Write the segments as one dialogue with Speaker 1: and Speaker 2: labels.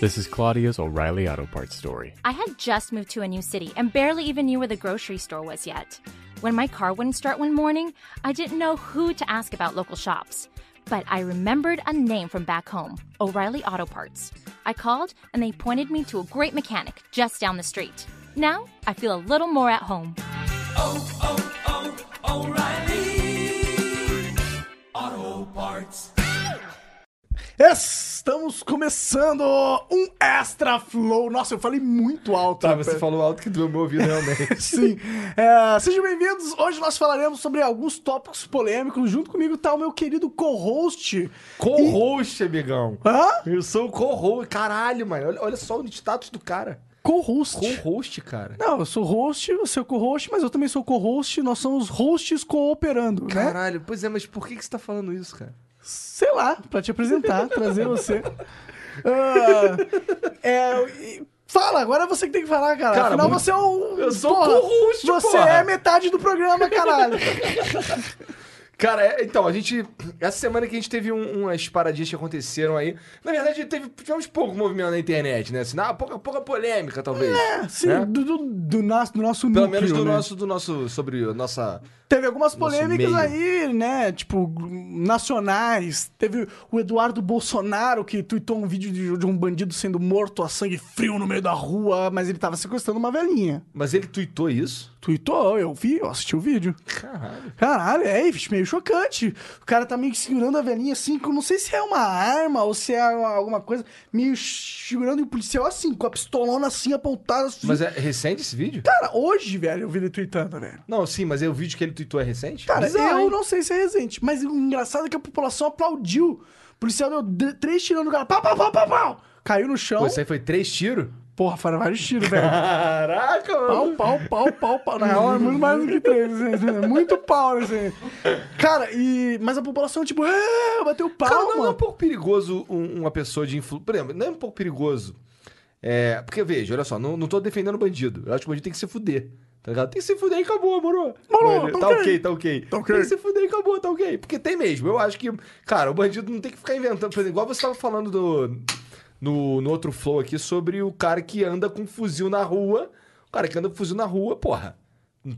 Speaker 1: This is Claudia's O'Reilly Auto Parts story.
Speaker 2: I had just moved to a new city and barely even knew where the grocery store was yet. When my car wouldn't start one morning, I didn't know who to ask about local shops. But I remembered a name from back home O'Reilly Auto Parts. I called and they pointed me to a great mechanic just down the street. Now I feel a little more at home.
Speaker 3: oh, oh, O'Reilly Auto Parts.
Speaker 4: Estamos começando um Extra Flow. Nossa, eu falei muito alto.
Speaker 5: Tá,
Speaker 4: né?
Speaker 5: você falou alto que doeu meu ouvido realmente.
Speaker 4: Sim. É, sejam bem-vindos. Hoje nós falaremos sobre alguns tópicos polêmicos. Junto comigo tá o meu querido co-host.
Speaker 5: Co-host, amigão.
Speaker 4: Hã?
Speaker 5: Eu sou o co-host. Caralho, mano. Olha, olha só o status do cara.
Speaker 4: Co-host.
Speaker 5: Co-host, cara.
Speaker 4: Não, eu sou host, você é co-host, mas eu também sou co-host. Nós somos hosts cooperando, né?
Speaker 5: Caralho, pois é, mas por que, que você tá falando isso, cara?
Speaker 4: Sei lá, pra te apresentar, trazer você. Ah, é, e- Fala, agora é você que tem que falar, cara.
Speaker 5: Cara,
Speaker 4: Afinal,
Speaker 5: muito-
Speaker 4: você é o.
Speaker 5: Eu sou co-host,
Speaker 4: Você
Speaker 5: porra.
Speaker 4: é metade do programa, caralho.
Speaker 5: Cara, é- então, a gente. Essa semana que a gente teve um- umas paradinhas que aconteceram aí. Na verdade, teve, tivemos pouco movimento na internet, né? Assim, na- pouca, pouca polêmica, talvez.
Speaker 4: É, Sim,
Speaker 5: né?
Speaker 4: do, do, do nosso, do nosso
Speaker 5: Pelo
Speaker 4: núcleo,
Speaker 5: menos do
Speaker 4: né?
Speaker 5: nosso, do nosso. Sobre a nossa.
Speaker 4: Teve algumas
Speaker 5: nosso
Speaker 4: polêmicas
Speaker 5: meio.
Speaker 4: aí, né? Tipo, nacionais. Teve o Eduardo Bolsonaro que tweetou um vídeo de, de um bandido sendo morto a sangue frio no meio da rua, mas ele tava sequestrando uma velhinha.
Speaker 5: Mas ele tuitou isso?
Speaker 4: Tweetou, eu vi, eu assisti o vídeo.
Speaker 5: Caralho.
Speaker 4: Caralho, é bicho, meio chocante. O cara tá meio que segurando a velhinha assim, com- não sei se é uma arma ou se é uma- alguma coisa, meio segurando e o policial assim, com a pistolona assim apontada. assim.
Speaker 5: Mas é recente esse vídeo?
Speaker 4: Cara, hoje, velho, eu vi ele tweetando, velho.
Speaker 5: Não, sim, mas é o vídeo que ele tuitou é recente?
Speaker 4: Cara,
Speaker 5: Bizarro,
Speaker 4: eu
Speaker 5: hein?
Speaker 4: não sei se é recente, mas o engraçado é que a população aplaudiu. O policial deu dr- três tiros no cara. Pau, pau, pau, pau, pau. Caiu no chão.
Speaker 5: Pô, isso aí foi três tiros?
Speaker 4: Porra, foram vários tiros, velho.
Speaker 5: Caraca,
Speaker 4: Pau, pau, pau, pau, pau. Na real, é muito mais do que três. Assim, né? muito pau, assim. Cara, e... Mas a população, tipo, "É, bateu
Speaker 5: Cara,
Speaker 4: palma.
Speaker 5: não, não é um pouco perigoso um- uma pessoa de influência. Por exemplo, não é um pouco perigoso. É, porque, veja, olha só, não, não tô defendendo bandido. Eu acho que o bandido tem que se fuder. Tá ligado? Tem que se fuder e acabou, moro.
Speaker 4: Moro,
Speaker 5: Ele-
Speaker 4: tá
Speaker 5: tá
Speaker 4: ok.
Speaker 5: ok, tá ok.
Speaker 4: Tá ok.
Speaker 5: Tem que se fuder e acabou, tá ok. Porque tem mesmo. Eu acho que, cara, o bandido não tem que ficar inventando. Por exemplo, igual você tava falando do, no, no outro flow aqui sobre o cara que anda com um fuzil na rua. O cara que anda com um fuzil na rua, porra.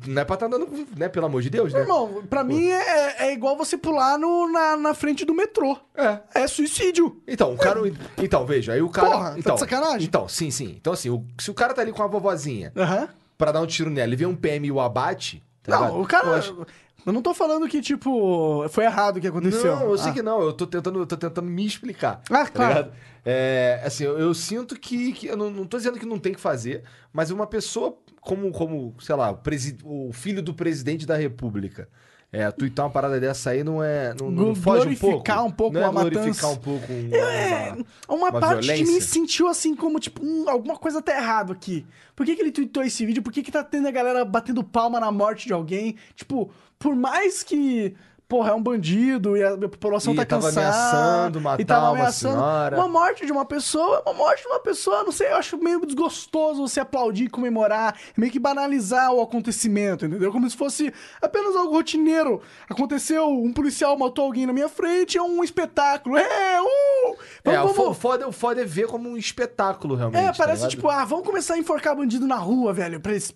Speaker 5: Não é pra estar andando com. né? Pelo amor de Deus, né?
Speaker 4: Irmão, pra mim é, é igual você pular no, na, na frente do metrô.
Speaker 5: É.
Speaker 4: É suicídio.
Speaker 5: Então, o cara. Então, veja, aí o cara.
Speaker 4: Porra, tá
Speaker 5: então,
Speaker 4: de sacanagem?
Speaker 5: Então, sim, sim. Então, assim, o- se o cara tá ali com a vovozinha
Speaker 4: Aham.
Speaker 5: pra dar um tiro nela e vê um PM e o abate. tá
Speaker 4: Não,
Speaker 5: ligado?
Speaker 4: o cara...
Speaker 5: Eu
Speaker 4: Eu,
Speaker 5: acho-
Speaker 4: não tô falando que, tipo, foi errado o que aconteceu.
Speaker 5: Não, eu sei
Speaker 4: Ah.
Speaker 5: que não. Eu tô tentando, eu tô tentando me explicar. tá
Speaker 4: Ah, claro.
Speaker 5: ligado? É, assim, eu, eu sinto que. que eu não, não tô dizendo que não tem que fazer, mas uma pessoa como, como sei lá, o, presi- o filho do presidente da república. É, tuitar uma parada dessa aí não é. Não, não
Speaker 4: Glo-
Speaker 5: foge um pouco.
Speaker 4: glorificar um pouco
Speaker 5: não é
Speaker 4: a matança.
Speaker 5: glorificar um pouco. um-
Speaker 4: É,
Speaker 5: uma-
Speaker 4: uma,
Speaker 5: uma
Speaker 4: parte de mim
Speaker 5: violência.
Speaker 4: sentiu assim como, tipo, hum, alguma coisa tá errado aqui. Por que, que ele tweetou esse vídeo? Por que, que tá tendo a galera batendo palma na morte de alguém? Tipo, por mais que, porra, é um bandido e a população
Speaker 5: E
Speaker 4: tá
Speaker 5: tava
Speaker 4: cansada.
Speaker 5: ameaçando matar
Speaker 4: e tava
Speaker 5: uma
Speaker 4: ameaçando.
Speaker 5: senhora.
Speaker 4: Uma morte de uma pessoa, é uma morte de uma pessoa, não sei, eu acho meio desgostoso você aplaudir, comemorar, meio que banalizar o acontecimento, entendeu? Como se fosse apenas algo rotineiro. Aconteceu, um policial matou alguém na minha frente, é um espetáculo. É, uh!
Speaker 5: É, o
Speaker 4: Vamos,
Speaker 5: fo- o
Speaker 4: vamos...
Speaker 5: foda, o foda é ver como um espetáculo, realmente.
Speaker 4: é
Speaker 5: tá
Speaker 4: parece
Speaker 5: ligado?
Speaker 4: tipo, ah, vamos começar a enforcar bandido na rua, velho, pra eles,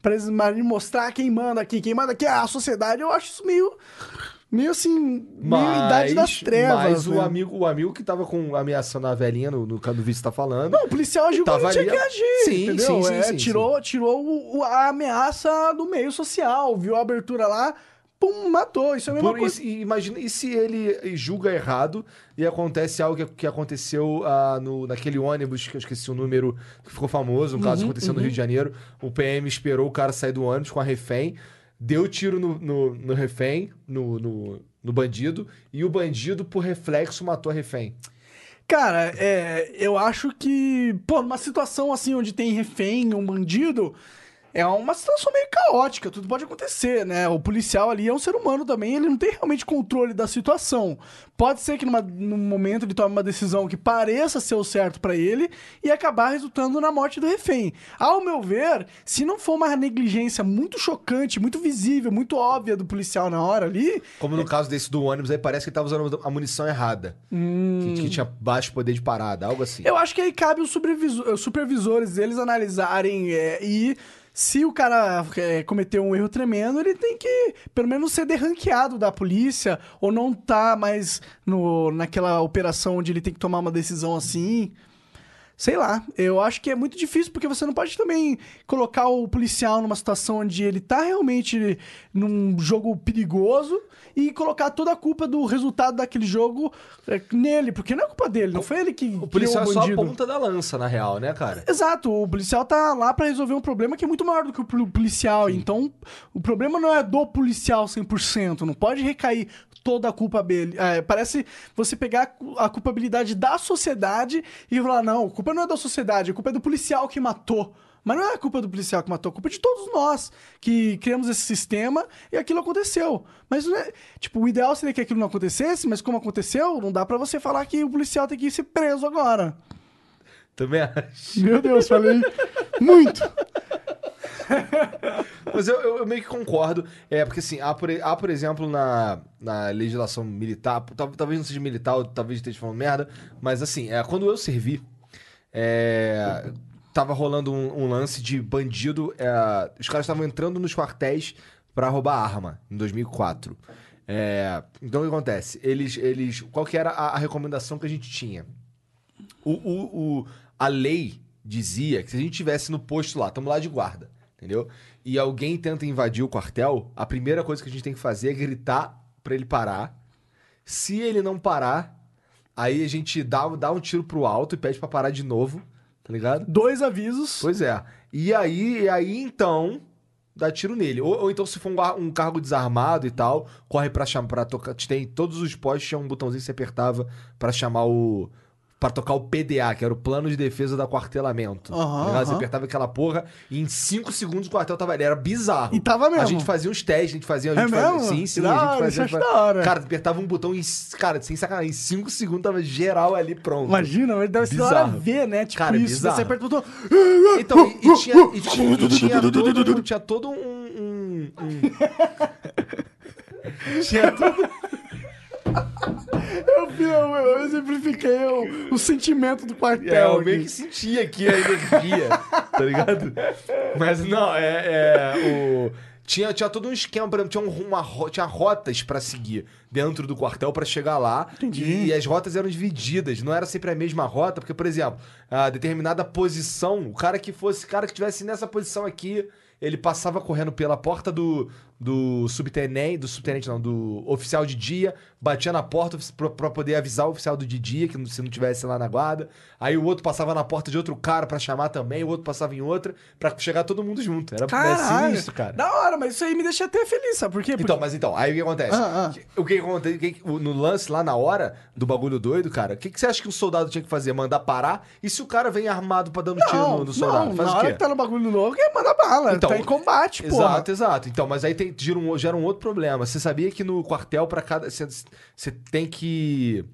Speaker 4: pra eles mostrar quem manda aqui, quem manda aqui é a sociedade. Eu acho isso meio... Meio assim, meio idade das trevas.
Speaker 5: Mas
Speaker 4: né?
Speaker 5: o, amigo, o amigo que tava com, ameaçando a velhinha no, no canto do vídeo que você tá falando.
Speaker 4: Não, o policial agiu
Speaker 5: Tava
Speaker 4: como tinha
Speaker 5: ali-
Speaker 4: que agir,
Speaker 5: Sim,
Speaker 4: entendeu?
Speaker 5: sim, sim,
Speaker 4: É,
Speaker 5: sim,
Speaker 4: tirou tirou o- o- a ameaça do meio social, viu a abertura lá, pum, matou. Isso é a mesma
Speaker 5: Por- e,
Speaker 4: coisa.
Speaker 5: se- e imagina, e se ele julga errado e acontece algo que, que aconteceu ah, no, naquele ônibus, que eu esqueci o número, que ficou famoso, um
Speaker 4: Uhum,
Speaker 5: caso que aconteceu no Rio de Janeiro. O PM esperou o cara sair do ônibus com a refém, deu tiro no, no, no refém, no, no, no bandido, e o bandido, por reflexo, matou a refém.
Speaker 4: Cara, é, eu acho que, pô, numa situação assim onde tem refém, um bandido, é uma situação meio caótica, tudo pode acontecer, né? O policial ali é um ser humano também, ele não tem realmente controle da situação. Pode ser que numa, num momento ele tome uma decisão que pareça ser o certo pra ele e acabar resultando na morte do refém. Ao meu ver, se não for uma negligência muito chocante, muito visível, muito óbvia do policial na hora ali,
Speaker 5: Como no caso desse do ônibus, aí parece que ele tava usando a munição errada. Que, que tinha baixo poder de parada, algo assim.
Speaker 4: Hum. Eu acho que aí cabe os superviso- os supervisores deles analisarem é, e se o cara é, cometeu um erro tremendo, ele tem que, pelo menos, ser derranqueado da polícia ou não tá mais no, naquela operação onde ele tem que tomar uma decisão assim. Sei lá, eu acho que é muito difícil porque você não pode também colocar o policial numa situação onde ele tá realmente num jogo perigoso e colocar toda a culpa do resultado daquele jogo é, nele, porque não é culpa dele, não foi ele que
Speaker 5: O policial é
Speaker 4: criou
Speaker 5: só
Speaker 4: o
Speaker 5: a
Speaker 4: um bandido.
Speaker 5: ponta da lança, na real, né, cara?
Speaker 4: Exato, o policial tá lá pra resolver um problema que é muito maior do que o pol- policial. Então, o problema não é do policial 100%, não pode recair toda a culpa dele. É, parece você pegar a cu- a culpabilidade da sociedade e falar: não, a culpa não é da sociedade, a culpa é do policial que matou. Mas não é a culpa do policial que matou, a culpa é de todos nós que criamos esse sistema e aquilo aconteceu. Mas, não é- tipo, o ideal seria que aquilo não acontecesse, mas como aconteceu, não dá pra você falar que o policial tem que ser preso agora.
Speaker 5: Também acho.
Speaker 4: Meu Deus, falei muito.
Speaker 5: Mas eu, eu- eu meio que concordo. É, porque assim, há por, há, por exemplo, na, na legislação militar, tal- talvez não seja militar, ou talvez esteja falando merda, mas assim, é, quando eu servi, é, tava rolando um, um lance de bandido. é, os caras estavam entrando nos quartéis pra roubar arma, em 2004. É, então o que acontece? Eles, eles, qual que era a- a recomendação que a gente tinha? O, o- o- a lei dizia que se a gente tivesse no posto lá, estamos lá de guarda, entendeu? E alguém tenta invadir o quartel, a primeira coisa que a gente tem que fazer é gritar pra ele parar. Se ele não parar, aí a gente dá, dá um tiro pro alto e pede pra parar de novo, tá ligado?
Speaker 4: Dois avisos.
Speaker 5: Pois é. E aí, e aí então, dá tiro nele. Ou, ou então, se for um, ar- um cargo desarmado e tal, corre pra chamar, pra tocar. Tem todos os postes, tinha um botãozinho que você apertava pra chamar o. Pra tocar o PDA, que era o Plano de Defesa do Aquartelamento.
Speaker 4: Aham,
Speaker 5: tá ligado? Você
Speaker 4: aham.
Speaker 5: apertava aquela porra e em 5 segundos o quartel tava ali. Era bizarro.
Speaker 4: E tava mesmo.
Speaker 5: A gente fazia uns testes, a gente fazia. A
Speaker 4: É
Speaker 5: gente fazia
Speaker 4: mesmo?
Speaker 5: sim, sim,
Speaker 4: Da
Speaker 5: a gente
Speaker 4: hora,
Speaker 5: fazia.
Speaker 4: isso
Speaker 5: a gente
Speaker 4: eu acho
Speaker 5: fazia-
Speaker 4: da hora.
Speaker 5: Cara, apertava um botão em. Cara, sem sacanagem, em 5 segundos tava geral ali pronto.
Speaker 4: Imagina, mas deve ser da hora
Speaker 5: Bizarro.
Speaker 4: ver, né? Tipo
Speaker 5: Cara, é
Speaker 4: isso,
Speaker 5: bizarro.
Speaker 4: você aperta o botão...
Speaker 5: Então, e, e tinha, e tinha, e tinha todo, tinha todo um, um- um- Tinha todo.
Speaker 4: Eu, vi, eu, eu, eu exemplifiquei o, o sentimento do quartel.
Speaker 5: É, eu
Speaker 4: aqui.
Speaker 5: meio que sentia aqui a energia, tá ligado? Mas não, é. é, o... Tinha, tinha todo um esquema, por exemplo, tinha, um- uma, ro- tinha rotas pra seguir dentro do quartel pra chegar lá. E, as rotas eram divididas, não era sempre a mesma rota, porque, por exemplo, a determinada posição, o cara que fosse, cara que tivesse nessa posição aqui, ele passava correndo pela porta do, do subtenente, do subtenente não, do oficial de dia, batia na porta pra, pra poder avisar o oficial do de dia, que não- se não tivesse lá na guarda. Aí o outro passava na porta de outro cara pra chamar também, o outro passava em outra, pra chegar todo mundo junto. Era, era
Speaker 4: Caralho,
Speaker 5: sinistro, cara.
Speaker 4: da hora, mas isso aí me deixa até feliz, sabe por quê? É Porque
Speaker 5: Então, mas então, aí o que acontece?
Speaker 4: Ah, ah.
Speaker 5: O que acontece? o que- o- no lance, lá na hora do bagulho doido, cara, o que, que você acha que um soldado tinha que fazer? Mandar parar? E se o cara vem armado pra dando tiro no, no soldado?
Speaker 4: não,
Speaker 5: Faz
Speaker 4: na
Speaker 5: o quê?
Speaker 4: hora que tá no bagulho louco, é manda bala.
Speaker 5: Então,
Speaker 4: tá em combate, porra.
Speaker 5: Exato, exato. Então, mas aí tem, gera, um, gera um outro problema. Você sabia que no quartel, para cada. Você você tem que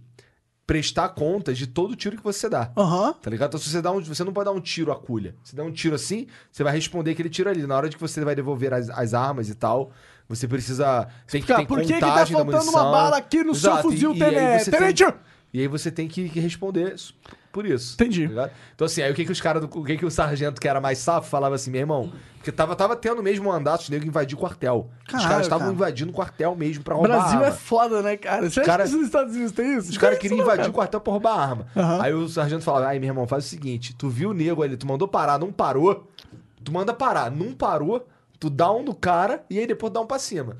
Speaker 5: prestar contas de todo tiro que você dá.
Speaker 4: Aham.
Speaker 5: Tá ligado? Então, se você, dá um, você não pode dar um tiro à culha. Se dá um tiro assim, você vai responder aquele tiro ali. Na hora de que você vai devolver as, as armas e tal, você precisa. Tem que
Speaker 4: Cara,
Speaker 5: ter
Speaker 4: por que que tá
Speaker 5: contagem da
Speaker 4: faltando uma
Speaker 5: munição.
Speaker 4: bala aqui no seu fuzil,
Speaker 5: aí
Speaker 4: tenente?
Speaker 5: você
Speaker 4: Tenente!
Speaker 5: e aí você tem que, que responder isso- por isso.
Speaker 4: Entendi.
Speaker 5: tá ligado? então, assim, aí o que, que os caras. do- O que, que o sargento que era mais safo falava assim, meu irmão? Porque tava, tava tendo mesmo um andato de nego invadir o quartel. os
Speaker 4: Caralho,
Speaker 5: caras estavam
Speaker 4: cara.
Speaker 5: invadindo o quartel mesmo pra
Speaker 4: O
Speaker 5: roubar.
Speaker 4: Brasil é
Speaker 5: arma.
Speaker 4: foda, né, cara? Você acha
Speaker 5: Cara-
Speaker 4: que isso nos Estados Unidos tem isso?
Speaker 5: Os caras
Speaker 4: Tem
Speaker 5: queriam
Speaker 4: isso, não, cara.
Speaker 5: invadir o quartel pra roubar arma.
Speaker 4: Aham.
Speaker 5: Aí o sargento falava: ai, meu irmão, faz o seguinte: tu viu o nego ali, tu mandou parar, não parou. Tu manda parar, não parou, tu dá um no cara e aí depois dá um pra cima.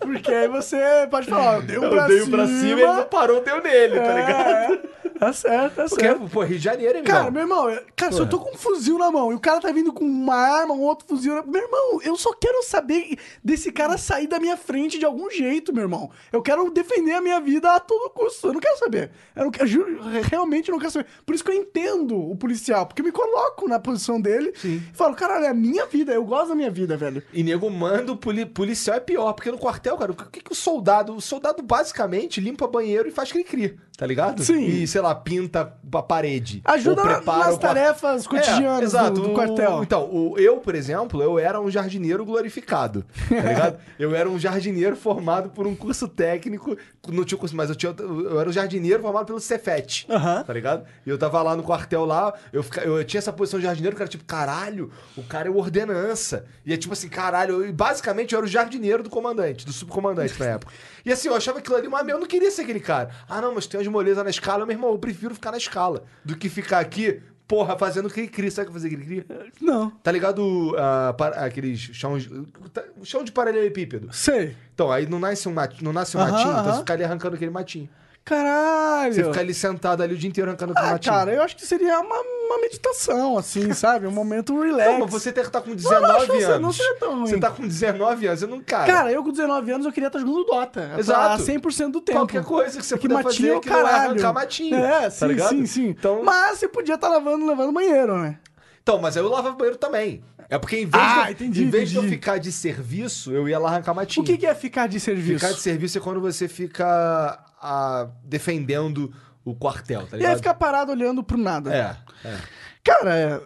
Speaker 4: Porque aí você pode falar, eu dei um pra um
Speaker 5: dei um pra cima e ele não parou, deu nele, tá ligado?
Speaker 4: É. Tá certo, tá
Speaker 5: Porque,
Speaker 4: certo.
Speaker 5: pô, Rio de Janeiro, irmão.
Speaker 4: Cara, meu irmão, eu- cara, se eu tô com um fuzil na mão e o cara tá vindo com uma arma, um outro fuzil na... Meu irmão, eu só quero saber desse cara sair da minha frente de algum jeito, meu irmão. Eu quero defender a minha vida a todo custo. Eu não quero saber. Eu não quero, juro, realmente não quero saber. Por isso que eu entendo o policial, porque eu me coloco na posição dele e falo, caralho, é a minha vida, eu gosto da minha vida, velho.
Speaker 5: E nego manda o poli- policial é pior, porque no quartel, cara, o que, que o soldado. O soldado basicamente limpa banheiro e faz cri-cri, tá ligado?
Speaker 4: Sim.
Speaker 5: E, sei lá, pinta a parede.
Speaker 4: Ajuda
Speaker 5: ou
Speaker 4: na-
Speaker 5: prepara
Speaker 4: nas
Speaker 5: o quar-
Speaker 4: tarefas cotidianas
Speaker 5: É, exato,
Speaker 4: do, do
Speaker 5: O-
Speaker 4: quartel.
Speaker 5: Então, o- eu, por exemplo, eu era um jardineiro glorificado, tá ligado? eu era um jardineiro formado por um curso técnico, não tinha curso, mas eu, tinha, eu era um jardineiro formado pelo Cefet,
Speaker 4: Aham.
Speaker 5: tá ligado? E eu tava lá no quartel lá, eu, fica- eu tinha essa posição de jardineiro, o cara tipo, caralho, o cara é ordenança. E é tipo assim, caralho, eu- e basicamente eu era o jardineiro do comandante, do subcomandante na época. E assim, eu achava aquilo ali, mas eu não queria ser aquele cara. Ah não, mas tem as molezas na escala, meu irmão, eu prefiro ficar na escala do que ficar aqui... Porra, fazendo cri-cri, sabe o que é fazer cri-cri?
Speaker 4: Não,
Speaker 5: Tá ligado ah, pa- aqueles chãos. tá- Chão de paralelepípedo.
Speaker 4: sei.
Speaker 5: Então, aí não nasce um, mati- não nasce um
Speaker 4: Aham,
Speaker 5: matinho, então
Speaker 4: aham.
Speaker 5: você fica ali arrancando aquele matinho.
Speaker 4: Caralho.
Speaker 5: Você fica ali sentado ali o dia inteiro arrancando aquele
Speaker 4: Ah,
Speaker 5: matinho.
Speaker 4: cara, eu acho que seria uma, uma meditação, assim, sabe? Um momento relax.
Speaker 5: não, mas você tem que estar com
Speaker 4: não,
Speaker 5: 19
Speaker 4: não, não,
Speaker 5: anos.
Speaker 4: não seria tão ruim.
Speaker 5: Você tá com 19 anos, eu não cara.
Speaker 4: Cara, eu com 19 anos eu queria estar jogando Dota.
Speaker 5: Exato.
Speaker 4: Exato. 100% do tempo.
Speaker 5: Qualquer coisa que você
Speaker 4: que
Speaker 5: puder
Speaker 4: matinha é
Speaker 5: fazer
Speaker 4: o
Speaker 5: que não é
Speaker 4: caralho.
Speaker 5: arrancar matinho.
Speaker 4: É,
Speaker 5: tá
Speaker 4: sim,
Speaker 5: ligado?
Speaker 4: sim, sim.
Speaker 5: Então,
Speaker 4: Mas você podia estar lavando, lavando banheiro, né?
Speaker 5: então, mas aí eu lavava banheiro também. É porque em vez,
Speaker 4: Ah,
Speaker 5: de, eu-
Speaker 4: entendi,
Speaker 5: em vez de eu
Speaker 4: entendi.
Speaker 5: ficar de serviço, eu ia lá arrancar matinho.
Speaker 4: O que, que é ficar de serviço?
Speaker 5: Ficar de serviço é quando você fica ah, defendendo o quartel, tá
Speaker 4: E aí
Speaker 5: ligado?
Speaker 4: ficar parado olhando pro nada.
Speaker 5: É, é.
Speaker 4: Cara, é...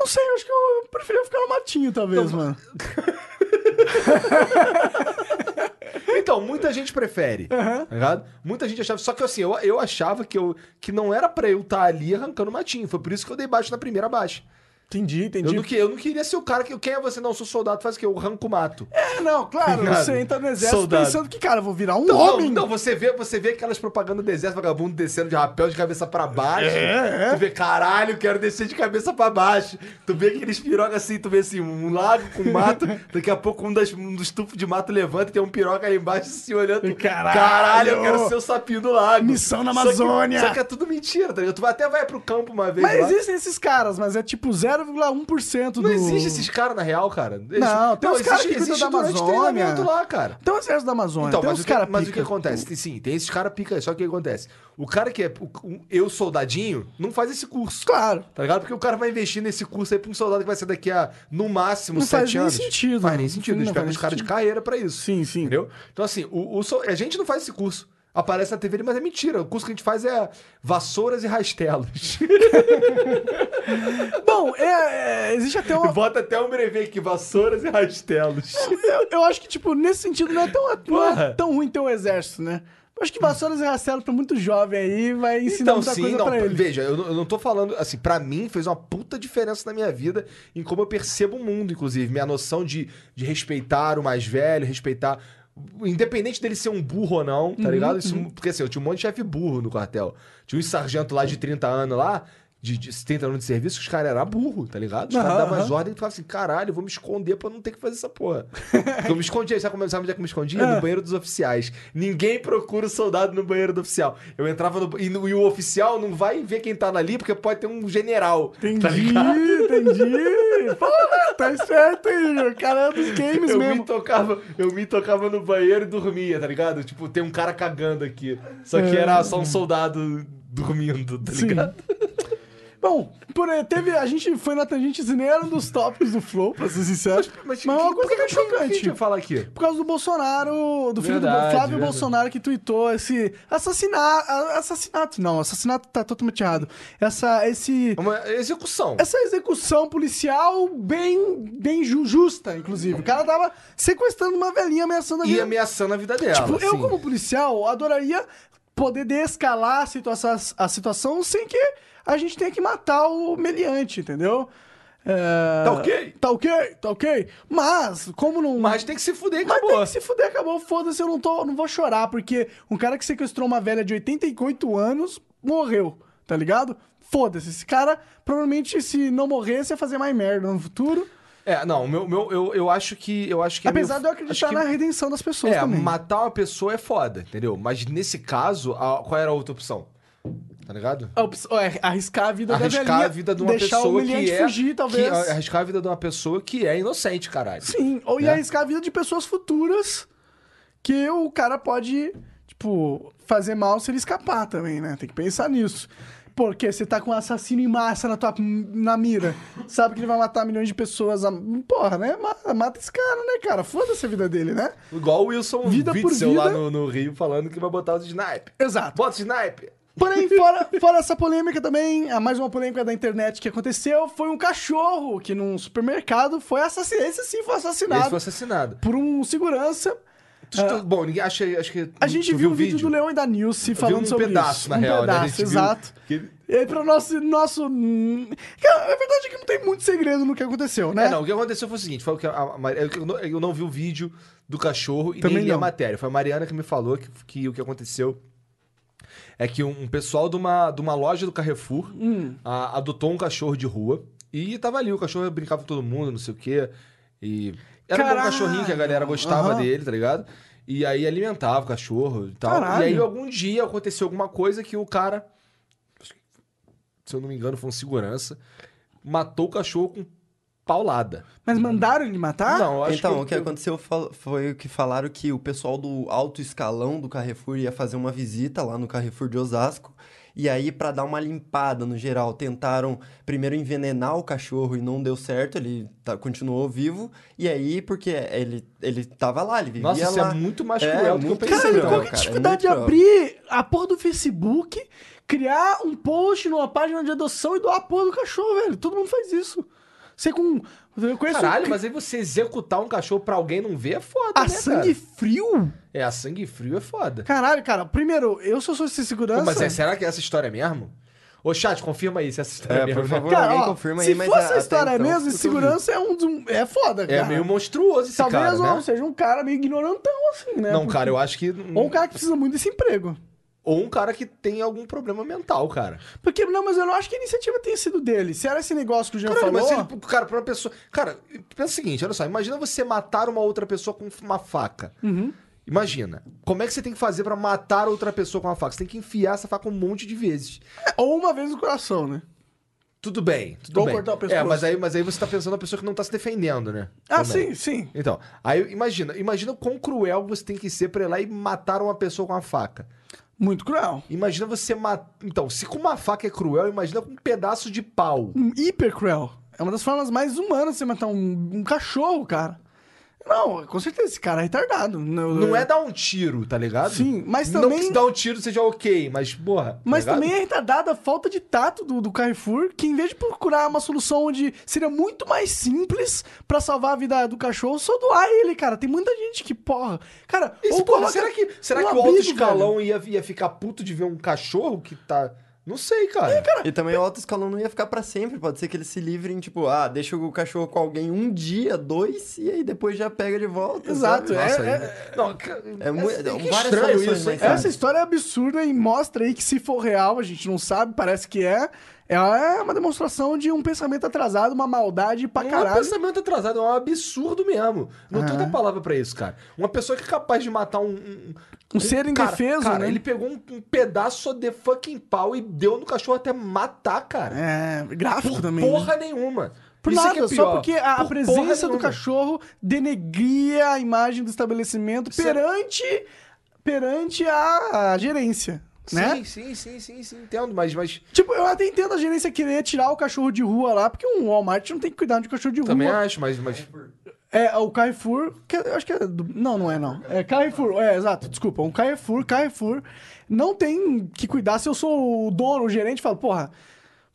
Speaker 4: não sei, eu acho que eu preferia ficar no matinho, talvez, mano.
Speaker 5: Então, muita gente prefere, tá ligado? Muita gente achava, só que assim, eu, eu achava que, eu, que não era pra eu estar ali arrancando matinho, foi por isso que eu dei baixo na primeira baixa.
Speaker 4: Entendi,
Speaker 5: Eu
Speaker 4: entendi.
Speaker 5: não, que- eu não queria ser o cara que, quem é você? Não, eu sou soldado, faz o quê? Eu arranco o mato.
Speaker 4: É, não, claro,
Speaker 5: Nada.
Speaker 4: você entra no exército
Speaker 5: Soldado.
Speaker 4: pensando que, cara, eu vou virar um
Speaker 5: Então,
Speaker 4: homem.
Speaker 5: Não, não, você vê, você vê aquelas propagandas do exército, vagabundo descendo de rapel de cabeça pra baixo. É, Tu vê, caralho, quero descer de cabeça pra baixo. Tu vê aqueles piroca assim, tu vê assim, um lago com mato, daqui a pouco um, das, um dos tufos de mato levanta e tem um piroca ali embaixo assim, olhando. tu,
Speaker 4: Caralho!
Speaker 5: caralho, eu quero ser o sapinho do lago.
Speaker 4: Missão na
Speaker 5: Só que-
Speaker 4: Amazônia.
Speaker 5: Só que, é tudo mentira, tá ligado? Tu até vai pro campo uma vez
Speaker 4: Mas
Speaker 5: lá.
Speaker 4: existem esses caras, mas é tipo 0,1% do...
Speaker 5: Não existe esses caras na real, cara. Eles-
Speaker 4: Não, tem uns caras que cuidam da
Speaker 5: durante
Speaker 4: Amazônia.
Speaker 5: treinamento lá, cara.
Speaker 4: Tem o exército da Amazônia,
Speaker 5: Então,
Speaker 4: tem
Speaker 5: mas,
Speaker 4: uns
Speaker 5: o que,
Speaker 4: caras
Speaker 5: mas o que acontece? Tem- Sim, tem esses caras pica aí. Só que o que acontece? O cara que é o- um- eu soldadinho não faz esse curso.
Speaker 4: Claro.
Speaker 5: Tá ligado? Porque o cara vai investir nesse curso aí pra um soldado que vai ser daqui a, no máximo,
Speaker 4: Não faz
Speaker 5: sete
Speaker 4: nem
Speaker 5: anos.
Speaker 4: sentido,
Speaker 5: Faz nem
Speaker 4: não.
Speaker 5: sentido.
Speaker 4: Não
Speaker 5: Eles
Speaker 4: faz
Speaker 5: pegam
Speaker 4: nem
Speaker 5: os caras de
Speaker 4: sentido.
Speaker 5: carreira pra isso.
Speaker 4: Sim, sim.
Speaker 5: Entendeu? Então, assim, o, o sol- a gente não faz esse curso. Aparece na TV, ali, mas é mentira. O curso que a gente faz é vassouras e rastelos.
Speaker 4: Bom, é, é, existe até uma.
Speaker 5: Bota até um brevê aqui, vassouras e rastelos.
Speaker 4: Eu, eu acho que, tipo, nesse sentido, não é tão, não é
Speaker 5: Porra.
Speaker 4: tão ruim ter o exército, né? Eu acho que Vassouras e Rastelo, pra muito jovem aí, vai ensinar
Speaker 5: Então,
Speaker 4: muita
Speaker 5: sim,
Speaker 4: coisa
Speaker 5: não.
Speaker 4: pra ele.
Speaker 5: Veja, eu, não- eu não tô falando. Assim, pra mim fez uma puta diferença na minha vida em como eu percebo o mundo, inclusive. Minha noção de, de respeitar o mais velho, respeitar. Independente dele ser um burro ou não,
Speaker 4: Uhum,
Speaker 5: tá ligado? Isso, Porque assim, eu tinha um monte de chefe burro no quartel. Tinha um sargento lá de 30 anos lá. De, de 30 anos de serviço, que os caras eram burro, tá ligado? Os caras
Speaker 4: Aham,
Speaker 5: davam as
Speaker 4: aham.
Speaker 5: ordens e falavam assim: caralho, eu vou me esconder pra não ter que fazer essa porra. Porque eu me escondia, sabe como, sabe onde é que eu me escondia?
Speaker 4: Ah.
Speaker 5: No banheiro dos oficiais. Ninguém procura o soldado no banheiro do oficial. Eu entrava no. E, no- e o oficial não vai ver quem tá ali, porque pode ter um general. Tá
Speaker 4: Entendi,
Speaker 5: ligado?
Speaker 4: entendi. Porra, tá certo aí, meu. Cara, é dos games
Speaker 5: Eu me,
Speaker 4: mesmo.
Speaker 5: tocava, eu me tocava no banheiro e dormia, tá ligado? Tipo, tem um cara cagando aqui. Só que era só um soldado dormindo, tá
Speaker 4: É. Sim.
Speaker 5: ligado?
Speaker 4: Bom, por aí, teve. A gente foi na tangente, isso nem era um dos tópicos do Flow, pra ser sincero. Mas, é uma
Speaker 5: por
Speaker 4: coisa
Speaker 5: que
Speaker 4: que é
Speaker 5: que eu tinha-
Speaker 4: chocante.
Speaker 5: que eu falar aqui?
Speaker 4: Por causa do Bolsonaro, do filho do Bo-
Speaker 5: Verdade,
Speaker 4: Flávio
Speaker 5: verdade.
Speaker 4: Bolsonaro que tuitou esse assassinato, assassinato não, assassinato tá totalmente errado. Essa esse
Speaker 5: É Uma execução.
Speaker 4: essa execução policial bem bem ju- justa, inclusive. O cara tava sequestrando uma velhinha ameaçando a
Speaker 5: E
Speaker 4: vida.
Speaker 5: ameaçando a vida dela.
Speaker 4: Tipo, eu
Speaker 5: assim.
Speaker 4: como policial adoraria poder descalar a situação, a situação sem que a gente tenha que matar o meliante, entendeu? É,
Speaker 5: Tá ok?
Speaker 4: Tá ok, tá ok. Mas, como não.
Speaker 5: Mas tem que se fuder,
Speaker 4: Mas tem
Speaker 5: acabou.
Speaker 4: que se fuder, acabou, foda-se, eu não, tô, não vou chorar, porque um cara que sequestrou uma velha de 88 anos morreu, tá ligado? Foda-se, esse cara provavelmente se não morresse ia fazer mais merda no futuro,
Speaker 5: É, não, meu, meu, eu, eu acho que. Eu acho que é
Speaker 4: apesar
Speaker 5: meio-
Speaker 4: de eu
Speaker 5: acho
Speaker 4: acreditar
Speaker 5: que-
Speaker 4: na redenção das pessoas
Speaker 5: É,
Speaker 4: também.
Speaker 5: matar uma pessoa é foda, entendeu? Mas nesse caso, a- qual era a outra opção? Tá ligado?
Speaker 4: A opção- é, arriscar a vida da
Speaker 5: Arriscar
Speaker 4: velhinha,
Speaker 5: a vida de uma
Speaker 4: deixar o
Speaker 5: pessoa
Speaker 4: humilhante
Speaker 5: que é.
Speaker 4: fugir, talvez.
Speaker 5: que- arriscar a vida de uma pessoa que é inocente, caralho.
Speaker 4: Sim, ou e
Speaker 5: Né?
Speaker 4: arriscar a vida de pessoas futuras que o cara pode, tipo, fazer mal se ele escapar também, né? Tem que pensar nisso. Porque você tá com um assassino em massa na tua na mira. Sabe que ele vai matar milhões de pessoas. a- Porra, né? Mata, mata esse cara, né, cara? Foda-se a vida dele, né?
Speaker 5: Igual o Wilson
Speaker 4: Vida por
Speaker 5: Witzel lá
Speaker 4: vida.
Speaker 5: no, no Rio falando que vai botar os snipe.
Speaker 4: Exato.
Speaker 5: Bota os snipe!
Speaker 4: Porém, fora, fora essa polêmica também, a mais uma polêmica da internet que aconteceu foi um cachorro que num supermercado foi assassinado. Esse sim foi assassinado
Speaker 5: Esse foi assassinado.
Speaker 4: por um segurança.
Speaker 5: Tu- tu- Bom, ninguém acha, acho que.
Speaker 4: Ah. A gente
Speaker 5: tu
Speaker 4: viu
Speaker 5: o
Speaker 4: o vídeo do Leão e da Nilce falando
Speaker 5: um
Speaker 4: sobre
Speaker 5: pedaço,
Speaker 4: isso.
Speaker 5: na real, né? A
Speaker 4: pedaço,
Speaker 5: gente viu
Speaker 4: exato.
Speaker 5: que-
Speaker 4: E aí, pro nosso. nosso... hum, Cara, a verdade é que não tem muito segredo no que aconteceu, né?
Speaker 5: É, não, o que aconteceu foi o seguinte: foi o que a- a Mari- eu, não, eu não vi o vídeo do cachorro e
Speaker 4: Também
Speaker 5: nem li a
Speaker 4: não.
Speaker 5: matéria. Foi a Mariana que me falou que, que o que aconteceu é que um, um pessoal de uma, de uma loja do Carrefour
Speaker 4: Hum.
Speaker 5: a- adotou um cachorro de rua e tava ali. O cachorro brincava com todo mundo, não sei o quê. E era um bom
Speaker 4: Caralho!
Speaker 5: cachorrinho que a galera gostava
Speaker 4: Aham.
Speaker 5: dele, tá ligado? E aí alimentava o cachorro e tal.
Speaker 4: Caralho!
Speaker 5: E aí algum dia aconteceu alguma coisa que o cara se eu não me engano, foi um segurança, matou o cachorro com paulada.
Speaker 4: Mas mandaram ele matar?
Speaker 5: Não, eu acho
Speaker 6: Então, o que
Speaker 5: eu-
Speaker 6: aconteceu fal- foi que falaram que o pessoal do alto escalão do Carrefour ia fazer uma visita lá no Carrefour de Osasco. E aí, pra dar uma limpada no geral, tentaram primeiro envenenar o cachorro e não deu certo, ele tá- continuou vivo. E aí, porque ele, ele tava lá, ele vivia
Speaker 5: Nossa, isso
Speaker 6: lá.
Speaker 5: é muito mais
Speaker 6: É,
Speaker 5: cruel do que eu
Speaker 6: muito
Speaker 5: pensei.
Speaker 4: Caralho,
Speaker 6: Não,
Speaker 4: qual
Speaker 5: cara.
Speaker 4: que é a
Speaker 6: cara, é
Speaker 4: dificuldade de
Speaker 6: muito
Speaker 4: abrir a porra do Facebook, criar um post numa página de adoção e doar a porra do cachorro, velho? Todo mundo faz isso. Você com. Eu conheço
Speaker 5: Caralho,
Speaker 4: um-
Speaker 5: mas aí você executar um cachorro pra alguém não ver é foda,
Speaker 4: A
Speaker 5: né,
Speaker 4: sangue
Speaker 5: cara?
Speaker 4: frio?
Speaker 5: É, a sangue frio é foda.
Speaker 4: Caralho, cara. Primeiro, eu sou sou esse segurança.
Speaker 5: Pô, mas é, será que é essa história mesmo? Ô, chat, confirma aí se essa história é,
Speaker 6: É,
Speaker 5: mesmo.
Speaker 6: por favor,
Speaker 4: Cara,
Speaker 6: alguém
Speaker 4: ó,
Speaker 6: confirma
Speaker 4: se
Speaker 6: aí, mas
Speaker 4: for
Speaker 6: a-
Speaker 4: essa
Speaker 6: até
Speaker 4: história
Speaker 6: então,
Speaker 4: mesmo,
Speaker 6: eu tô
Speaker 4: segurança é um, dos- é foda,
Speaker 5: É
Speaker 4: cara.
Speaker 5: meio monstruoso esse
Speaker 4: Talvez
Speaker 5: cara,
Speaker 4: não
Speaker 5: né?
Speaker 4: seja um cara meio ignorantão, assim, né?
Speaker 5: Não,
Speaker 4: Porque-
Speaker 5: cara, eu acho que...
Speaker 4: Ou um cara que precisa muito desse emprego.
Speaker 5: Ou um cara que tem algum problema mental, cara.
Speaker 4: Porque, não, mas eu não acho que a iniciativa tenha sido dele. Se era esse negócio que o Jean
Speaker 5: Caralho,
Speaker 4: falou...
Speaker 5: mas se ele, cara, pra uma pessoa. Cara, pensa o seguinte, olha só, imagina você matar uma outra pessoa com uma faca.
Speaker 4: uhum.
Speaker 5: Imagina. Como é que você tem que fazer pra matar outra pessoa com uma faca? Você tem que enfiar essa faca um monte de vezes.
Speaker 4: É, Ou uma vez no coração, né?
Speaker 5: Tudo bem, tudo
Speaker 4: Ou
Speaker 5: bem.
Speaker 4: cortar o pescoço.
Speaker 5: é, mas aí, mas aí você tá pensando na pessoa que não tá se defendendo, né?
Speaker 4: Ah,
Speaker 5: Também.
Speaker 4: sim, sim.
Speaker 5: Então, aí imagina, imagina o quão cruel você tem que ser pra ir lá e matar uma pessoa com uma faca.
Speaker 4: Muito cruel.
Speaker 5: Imagina você matar. Então, se com uma faca é cruel, imagina com um pedaço de pau.
Speaker 4: Um hiper cruel. É uma das formas mais humanas de você matar um, um cachorro, cara. Não, com certeza, esse cara é retardado. Não,
Speaker 5: Não é dar um tiro, tá ligado?
Speaker 4: Sim, mas
Speaker 5: Não
Speaker 4: também-
Speaker 5: que se dar um tiro seja ok, mas, porra.
Speaker 4: Mas
Speaker 5: tá ligado?
Speaker 4: também é retardada a falta de tato do, do Carrefour, que em vez de procurar uma solução onde seria muito mais simples pra salvar a vida do cachorro, só doar ele, cara. Tem muita gente que, porra. Cara,
Speaker 5: Esse,
Speaker 4: é ou
Speaker 5: porra,
Speaker 4: coloca
Speaker 5: será que, será
Speaker 4: um
Speaker 5: que o alto
Speaker 4: abrigo, velho.
Speaker 5: escalão ia, ia ficar puto de ver um cachorro que tá. Não sei, cara.
Speaker 4: É,
Speaker 6: E também o alto escalão não ia ficar pra sempre. Pode ser que eles se livrem, tipo, ah, deixa o cachorro com alguém um dia, dois, e aí depois já pega de volta.
Speaker 4: Exato,
Speaker 6: sabe?
Speaker 5: Nossa,
Speaker 4: é-
Speaker 5: aí- Não,
Speaker 6: É mu-
Speaker 5: que
Speaker 6: várias
Speaker 5: estranho
Speaker 6: soluções,
Speaker 5: isso, hein?
Speaker 6: mas-
Speaker 4: Essa história é absurda e mostra aí que se for real, a gente não sabe, parece que é. Ela é uma demonstração de um pensamento atrasado, uma maldade pra
Speaker 5: Não é um
Speaker 4: caralho.
Speaker 5: pensamento atrasado, é um absurdo mesmo. Não tem
Speaker 4: Ah.
Speaker 5: outra palavra pra isso, cara. Uma pessoa que é capaz de matar um. Um,
Speaker 4: Um ser indefeso,
Speaker 5: cara,
Speaker 4: né?
Speaker 5: Ele pegou um, um pedaço só de fucking pau e deu no cachorro até matar, cara.
Speaker 4: É, gráfico também. né?
Speaker 5: Porra nenhuma.
Speaker 4: Por
Speaker 5: Isso é
Speaker 4: nada,
Speaker 5: que é
Speaker 4: só
Speaker 5: pior.
Speaker 4: porque a, a
Speaker 5: Por porra
Speaker 4: presença do
Speaker 5: nenhuma.
Speaker 4: cachorro denegria a imagem do estabelecimento
Speaker 5: Cê-
Speaker 4: perante, perante a, a gerência, né?
Speaker 5: Sim, sim, sim, sim, sim, entendo, mas, mas
Speaker 4: Tipo, eu até entendo a gerência querer tirar o cachorro de rua lá, porque um Walmart não tem que cuidar de um cachorro de rua.
Speaker 5: também acho, mas, mas
Speaker 4: É, o Carrefour, que eu acho que é do- Não, não é, não. É Carrefour, é, exato, desculpa. Um Carrefour, Carrefour, não tem que cuidar. Se eu sou o dono, o gerente, falo, porra,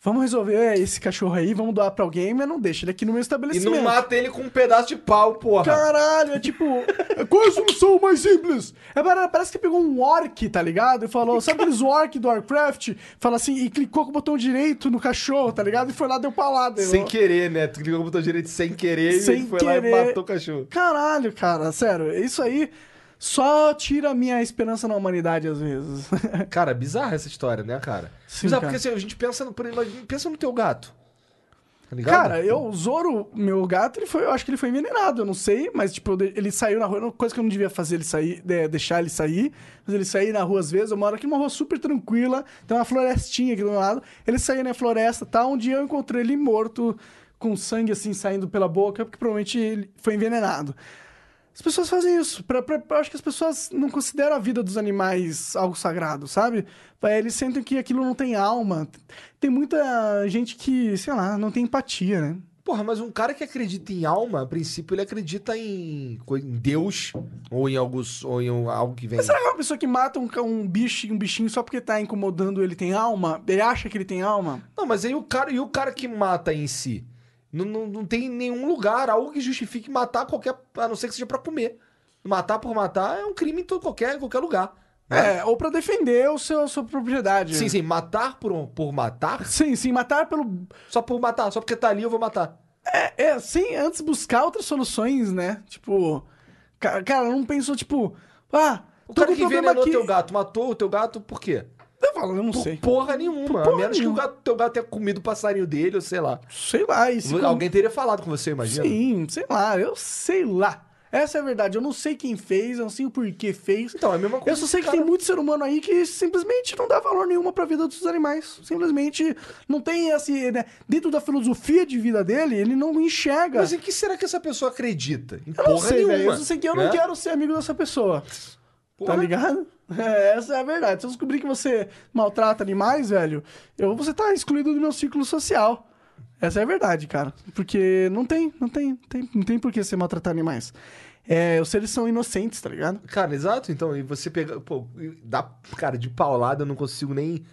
Speaker 4: vamos resolver esse cachorro aí, vamos doar pra alguém, mas não deixa ele é aqui no meu
Speaker 5: e
Speaker 4: estabelecimento.
Speaker 5: não mata ele com um pedaço de pau, porra.
Speaker 4: Caralho, é tipo, qual é a solução mais simples? É, para- parece que pegou um orc, tá ligado? E falou, sabe aqueles orc do Warcraft? Fala assim, e clicou com o botão direito no cachorro, tá ligado? E foi lá, deu palada.
Speaker 5: Sem
Speaker 4: Eu-
Speaker 5: querer, né? Tu ligou o botão direito sem querer
Speaker 4: Sem
Speaker 5: e foi lá
Speaker 4: querer.
Speaker 5: e matou o cachorro.
Speaker 4: Caralho, cara, sério, isso aí só tira a minha esperança na humanidade às vezes.
Speaker 5: Cara, bizarra essa história, né, cara?
Speaker 4: Sim,
Speaker 5: bizarra,
Speaker 4: cara.
Speaker 5: porque assim, a gente pensa no, por exemplo, pensa no teu gato. Tá ligado?
Speaker 4: Cara, eu, o Zoro, meu gato, ele foi, eu acho que ele foi envenenado, eu não sei, mas tipo, eu de- ele saiu na rua, era uma coisa que eu não devia fazer ele sair, de- deixar ele sair, mas ele sair na rua às vezes, eu moro aqui numa rua super tranquila, tem uma florestinha aqui do meu lado, ele saiu na floresta, tá, um dia eu encontrei ele morto, com sangue assim saindo pela boca, porque provavelmente ele foi envenenado. As pessoas fazem isso. Pra, pra- eu acho que as pessoas não consideram a vida dos animais algo sagrado, sabe? Vai, Eles sentem que aquilo não tem alma. Tem muita gente que, sei lá, não tem empatia, né?
Speaker 5: Porra, mas um cara que acredita em alma, a princípio, ele acredita em, coi- em Deus ou em algo, ou em um- algo que vem.
Speaker 4: Será que uma pessoa que mata um, ca- um bicho um bichinho só porque tá incomodando ele tem alma? Ele acha que ele tem alma?
Speaker 5: Não, mas aí o cara, e o cara que mata em si? Não, não, não tem nenhum lugar, algo que justifique matar qualquer. A não ser que seja pra comer. Matar por matar é um crime em todo, qualquer, em qualquer lugar. né?
Speaker 4: É, ou pra defender o seu, a sua propriedade.
Speaker 5: Sim, sim, matar por, por matar?
Speaker 4: Sim, sim, matar pelo.
Speaker 5: Só por matar, só porque tá ali eu vou matar.
Speaker 4: É, é, sim, antes buscar outras soluções, né? Tipo. ca- Cara, não pensou, tipo. Ah,
Speaker 5: O
Speaker 4: tô
Speaker 5: cara
Speaker 4: com
Speaker 5: que
Speaker 4: problema
Speaker 5: envenenou
Speaker 4: aqui.
Speaker 5: teu gato, matou o teu gato por quê?
Speaker 4: Eu falo, eu não
Speaker 5: Por
Speaker 4: sei.
Speaker 5: porra
Speaker 4: Por
Speaker 5: nenhuma.
Speaker 4: porra
Speaker 5: a menos
Speaker 4: nenhuma.
Speaker 5: que o gato, teu gato tenha comido o passarinho dele, ou sei lá.
Speaker 4: Sei lá, e se com-
Speaker 5: Alguém teria falado com você, imagina.
Speaker 4: Sim, sei lá, eu sei lá. Essa é a verdade, eu não sei quem fez, eu não sei o porquê fez.
Speaker 5: Então, é a mesma coisa.
Speaker 4: Eu só sei que
Speaker 5: cara.
Speaker 4: tem muito ser humano aí que simplesmente não dá valor nenhuma pra vida dos animais. Simplesmente não tem esse. né, Dentro da filosofia de vida dele, ele não enxerga.
Speaker 5: Mas em que será que essa pessoa acredita? Em
Speaker 4: eu não
Speaker 5: porra
Speaker 4: sei,
Speaker 5: nenhuma.
Speaker 4: velho. Eu só sei que eu
Speaker 5: né?
Speaker 4: não quero ser amigo dessa pessoa.
Speaker 5: Porra.
Speaker 4: Tá ligado? É, essa é a verdade. Se eu descobrir que você maltrata animais, velho, eu, você tá excluído do meu ciclo social. Essa é a verdade, cara. Porque não tem, não tem, tem não tem por que você maltratar animais. É, os seres são inocentes, tá ligado?
Speaker 5: Cara, exato. Então, e você pega. Pô, e dá. Cara, de paulada eu não consigo nem.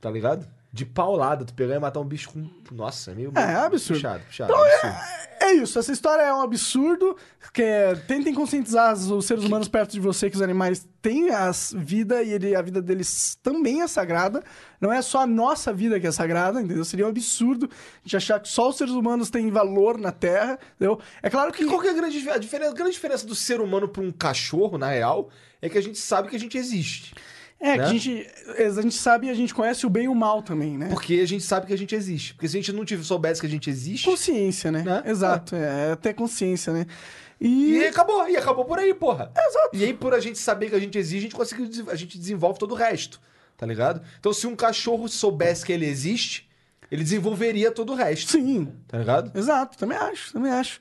Speaker 5: Tá ligado? De paulada, tu pegar e matar um bicho com. Nossa, é meio.
Speaker 4: É, é absurdo.
Speaker 5: Puxado, puxado. absurdo.
Speaker 4: É isso, essa história é um absurdo. Que é- tentem conscientizar os- os seres humanos perto de você que os animais têm a vida e ele- a vida deles também é sagrada. Não é só a nossa vida que é sagrada, entendeu? Seria um absurdo de achar que só os seres humanos têm valor na Terra, entendeu? É claro que.
Speaker 5: Qual que é a grande dife- a diferença? A grande diferença do ser humano pra um cachorro, na real, é que a gente sabe que a gente existe.
Speaker 4: É, que
Speaker 5: né?
Speaker 4: a gente, a gente sabe e a gente conhece o bem e o mal também, né?
Speaker 5: Porque a gente sabe que a gente existe. Porque se a gente não tivesse, soubesse que a gente existe.
Speaker 4: Consciência, né?
Speaker 5: Né?
Speaker 4: Exato, é, até consciência, né?
Speaker 5: E
Speaker 4: E.
Speaker 5: acabou, e acabou por aí, porra. Exato. E aí, por a gente saber que a gente existe, a gente, consegue, des- a gente desenvolve todo o resto, tá ligado? Então, se um cachorro soubesse que ele existe, ele desenvolveria todo o resto,
Speaker 4: Sim,
Speaker 5: tá ligado?
Speaker 4: Exato, também acho, também acho.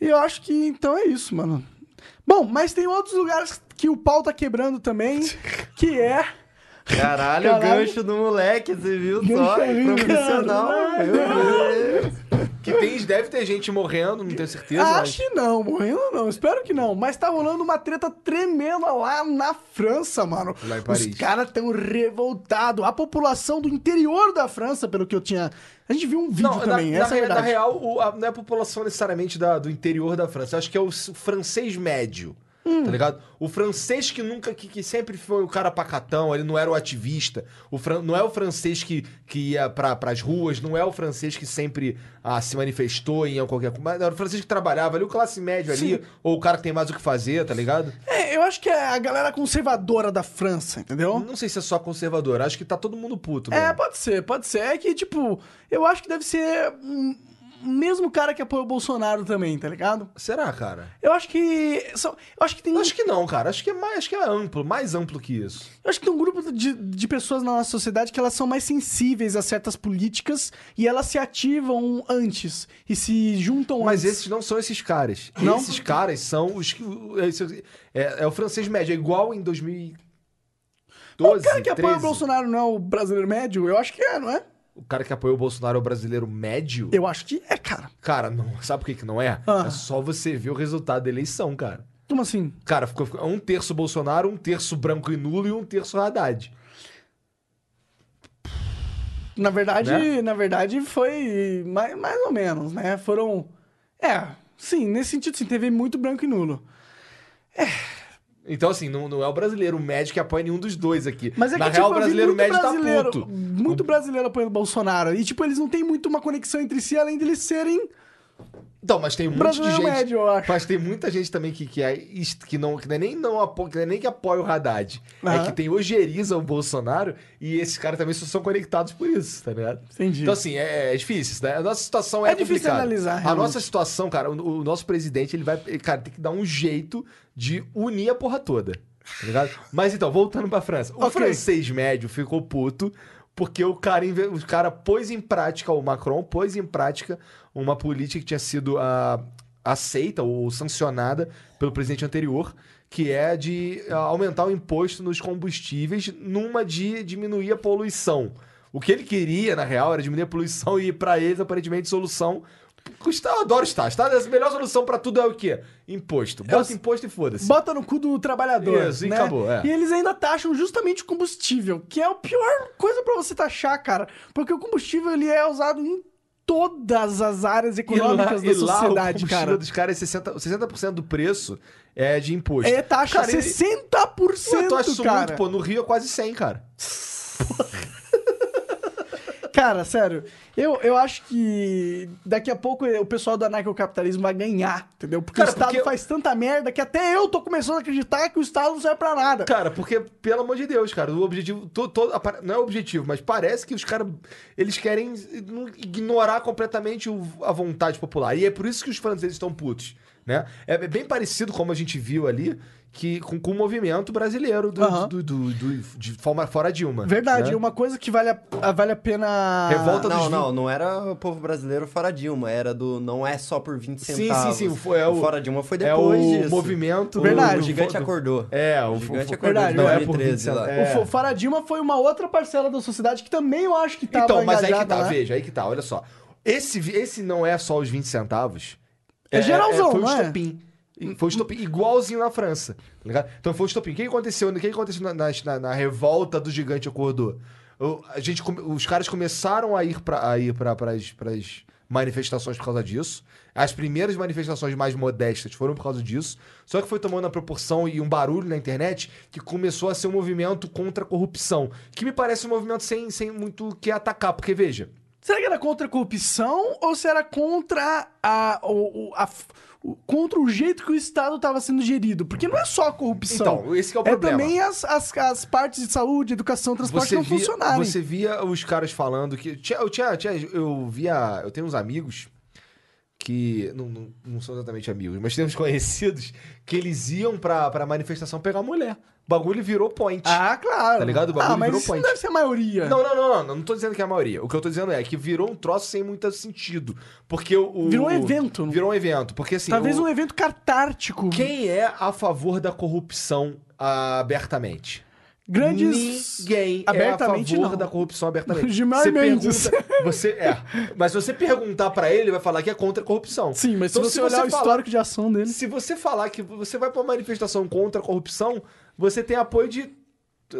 Speaker 4: E eu acho que então é isso, mano. Bom, mas tem outros lugares que o pau tá quebrando também, que é.
Speaker 6: Caralho, o
Speaker 4: Caralho.
Speaker 6: gancho do moleque, você viu
Speaker 5: é
Speaker 6: só?
Speaker 4: Gancho aí,
Speaker 6: Profissional,
Speaker 4: caralho.
Speaker 6: meu Deus.
Speaker 5: Que tem, deve ter gente morrendo, não tenho certeza.
Speaker 4: Acho que não, morrendo não, espero que não. Mas tá rolando uma treta tremenda lá na França, mano.
Speaker 5: Lá em Paris.
Speaker 4: Os caras tão revoltados. A população do interior da França, pelo que eu tinha. A gente viu um vídeo
Speaker 5: Não,
Speaker 4: também,
Speaker 5: na,
Speaker 4: essa é a
Speaker 5: na, na
Speaker 4: verdade.
Speaker 5: real, o- a- não é a população necessariamente da- do interior da França. Eu acho que é o s- francês médio.
Speaker 4: Hum.
Speaker 5: Tá ligado? O francês que nunca, que, que sempre foi o cara pacatão, ele não era o ativista. O fran- não é o francês que, que ia pra, pras ruas, não é o francês que sempre ah, se manifestou em qualquer coisa. Mas Era o francês que trabalhava ali, o classe médio ali, ou o cara que tem mais o que fazer, tá ligado?
Speaker 4: É, eu acho que é a galera conservadora da França, entendeu?
Speaker 5: Não sei se é só conservador, acho que tá todo mundo puto.
Speaker 4: É,
Speaker 5: mesmo.
Speaker 4: pode ser, pode ser. É que, tipo, eu acho que deve ser hum, o mesmo cara que apoia o Bolsonaro também, tá ligado?
Speaker 5: Será, cara?
Speaker 4: Eu acho que. São, eu acho que tem. um,
Speaker 5: Acho que não, cara. Acho que é mais, acho que é amplo, mais amplo que isso.
Speaker 4: Eu acho que tem um grupo de, de pessoas na nossa sociedade que elas são mais sensíveis a certas políticas e elas se ativam antes e se juntam
Speaker 5: Mas
Speaker 4: antes.
Speaker 5: esses não são esses caras.
Speaker 4: Não?
Speaker 5: Esses caras são os que. esses- É, é o francês médio, é igual em 2012.
Speaker 4: o cara que apoia
Speaker 5: 13.
Speaker 4: o Bolsonaro não é o brasileiro médio? Eu acho que é, não é?
Speaker 5: O cara que apoia o Bolsonaro é o brasileiro médio?
Speaker 4: Eu acho que é, cara.
Speaker 5: Cara, não. Sabe por que, que não é?
Speaker 4: Ah.
Speaker 5: É só você ver o resultado da eleição, cara.
Speaker 4: Como assim?
Speaker 5: Cara, ficou, ficou um terço Bolsonaro, um terço branco e nulo e um terço Haddad.
Speaker 4: Na verdade,
Speaker 5: Né?
Speaker 4: na verdade foi mais, mais ou menos, né? Foram. É, sim, nesse sentido, sim, teve muito branco e nulo.
Speaker 5: Então, assim, não, não é o brasileiro médio que apoia nenhum dos dois aqui.
Speaker 4: Mas é
Speaker 5: Na
Speaker 4: que, tipo,
Speaker 5: real, o
Speaker 4: eu vi
Speaker 5: brasileiro
Speaker 4: muito
Speaker 5: médio
Speaker 4: brasileiro,
Speaker 5: tá puto.
Speaker 4: Muito brasileiro apoiando o Bolsonaro. E, tipo, eles não têm muito uma conexão entre si, além deles serem
Speaker 5: Então, mas tem um monte
Speaker 4: Brasil
Speaker 5: de
Speaker 4: é o
Speaker 5: gente.
Speaker 4: médio, eu acho.
Speaker 5: Mas tem muita gente também que, que, é, ist- que, não, que, não é nem não apo- que não é nem que apoia o Haddad. É
Speaker 4: Aham.
Speaker 5: que tem ojeriza o Bolsonaro e esses caras também só são conectados por isso, tá ligado?
Speaker 4: Entendi.
Speaker 5: Então, assim, é, é difícil, isso, né? A nossa situação é,
Speaker 4: É difícil
Speaker 5: complicada.
Speaker 4: analisar,
Speaker 5: A
Speaker 4: realmente.
Speaker 5: nossa situação, cara, o, o nosso presidente, ele vai. ele, cara, tem que dar um jeito de unir a porra toda. Tá ligado? Mas então, voltando pra França. O
Speaker 4: Ok.
Speaker 5: francês médio ficou puto porque o cara, inve- o cara pôs em prática, o Macron pôs em prática uma política que tinha sido ah, aceita ou sancionada pelo presidente anterior, que é de ah, aumentar o imposto nos combustíveis numa de diminuir a poluição. O que ele queria, na real, era diminuir a poluição e, pra eles, aparentemente, solução. O Estado adora o Estado. O Estado, A melhor solução pra tudo é o quê? Imposto.
Speaker 4: É
Speaker 5: Bota imposto e foda-se.
Speaker 4: assim, Bota no cu do trabalhador.
Speaker 5: Isso, e
Speaker 4: né?
Speaker 5: acabou, é.
Speaker 4: E eles ainda taxam justamente o combustível, que é a pior coisa pra você taxar, cara. Porque o combustível ele é usado em todas as áreas econômicas
Speaker 5: e
Speaker 4: da
Speaker 5: lá
Speaker 4: sociedade,
Speaker 5: o combustível
Speaker 4: cara.
Speaker 5: dos caras é 60%, 60 do preço é de imposto.
Speaker 4: É taxa
Speaker 5: Cara, ele-
Speaker 4: 60%,
Speaker 5: Ué, tu acha isso
Speaker 4: cara.
Speaker 5: muito, pô. No Rio é quase 100, cara.
Speaker 4: Cara, sério, eu, eu acho que daqui a pouco o pessoal do anarcocapitalismo vai ganhar, entendeu? Porque
Speaker 5: Cara,
Speaker 4: o Estado
Speaker 5: porque-
Speaker 4: faz tanta merda que até eu tô começando a acreditar que o Estado não serve pra nada.
Speaker 5: Cara, porque, pelo amor de Deus, cara, o objetivo. to- to- a par- não é o objetivo, mas parece que os caras. Eles querem não- ignorar completamente o- a vontade popular. E é por isso que os franceses estão putos. Né? É é bem parecido como a gente viu ali que com, com o movimento brasileiro do,
Speaker 4: Aham.
Speaker 5: do, do- do- de forma fora Dilma.
Speaker 4: Verdade,
Speaker 5: né?
Speaker 4: uma coisa que vale a, vale a pena...
Speaker 5: Revolta dos
Speaker 6: Não,
Speaker 5: vinte-
Speaker 6: não, não era o povo brasileiro fora Dilma, era do não é só por 20
Speaker 5: Sim, sim,
Speaker 6: centavos.
Speaker 5: sim, foi- é o-
Speaker 6: fora Dilma foi
Speaker 5: É
Speaker 6: depois
Speaker 5: o
Speaker 6: disso.
Speaker 5: movimento.
Speaker 6: O,
Speaker 4: Verdade.
Speaker 6: o gigante acordou.
Speaker 5: É, o,
Speaker 6: O gigante
Speaker 5: fo-
Speaker 6: acordou
Speaker 4: Verdade,
Speaker 6: em
Speaker 4: não, é
Speaker 5: por
Speaker 6: 2013 lá.
Speaker 5: É.
Speaker 4: O Fora Dilma foi uma outra parcela da sociedade que também eu acho que tava
Speaker 5: Então, mas aí que
Speaker 4: engajada
Speaker 5: tá,
Speaker 4: lá. É
Speaker 5: veja, aí que tá, olha só. Esse, vi- esse não é só os 20 centavos.
Speaker 4: É geralzão,
Speaker 5: foi um o
Speaker 4: não é?
Speaker 5: estopim. E- Foi o estopim, igualzinho na França, tá ligado? Então foi o estopim. O que aconteceu, o que aconteceu na, nas- na- na revolta do gigante acordou? O- a gente, come- os caras começaram a ir pra, a ir pra, pras, pras manifestações por causa disso. As primeiras manifestações mais modestas foram por causa disso. Só que foi tomando a proporção e um barulho na internet que começou a ser um movimento contra a corrupção. Que me parece um movimento sem, sem muito o que atacar, porque veja...
Speaker 4: Será que era contra a corrupção ou se era contra a, o, o- a f- o- contra o jeito que o Estado tava sendo gerido? Porque não é só a corrupção.
Speaker 5: Então, esse que é o
Speaker 4: é
Speaker 5: problema.
Speaker 4: também as, as, as partes de saúde, educação, transporte não
Speaker 5: via,
Speaker 4: funcionarem.
Speaker 5: Você via os caras falando que. Tinha, eu, tinha, tinha- eu via. Eu tenho uns amigos que. Não, não, não são exatamente amigos, mas temos conhecidos que eles iam pra, pra manifestação pegar mulher. O bagulho virou point.
Speaker 4: Ah, claro.
Speaker 5: Tá ligado? O bagulho
Speaker 4: ah, mas
Speaker 5: virou
Speaker 4: isso
Speaker 5: point.
Speaker 4: não deve ser a maioria.
Speaker 5: Não, não, não, não. Não tô dizendo que é a maioria. O que eu tô dizendo é que virou um troço sem muito sentido. Porque o. o-
Speaker 4: Virou um evento.
Speaker 5: Virou um evento. Porque assim.
Speaker 4: Talvez
Speaker 5: o-
Speaker 4: um evento catártico.
Speaker 5: Quem é a favor da corrupção ah, abertamente?
Speaker 4: Grandes...
Speaker 5: Ninguém
Speaker 4: Abertamente,
Speaker 5: é a favor
Speaker 4: não.
Speaker 5: da corrupção abertamente.
Speaker 4: Gilmar
Speaker 5: você
Speaker 4: Mendes.
Speaker 5: pergunta, você é. Mas se você perguntar pra ele, ele vai falar que é contra a corrupção.
Speaker 4: Sim, mas
Speaker 5: Então,
Speaker 4: se você olhar o
Speaker 5: falar-
Speaker 4: histórico de ação dele...
Speaker 5: se você falar que você vai pra uma manifestação contra a corrupção, você tem apoio de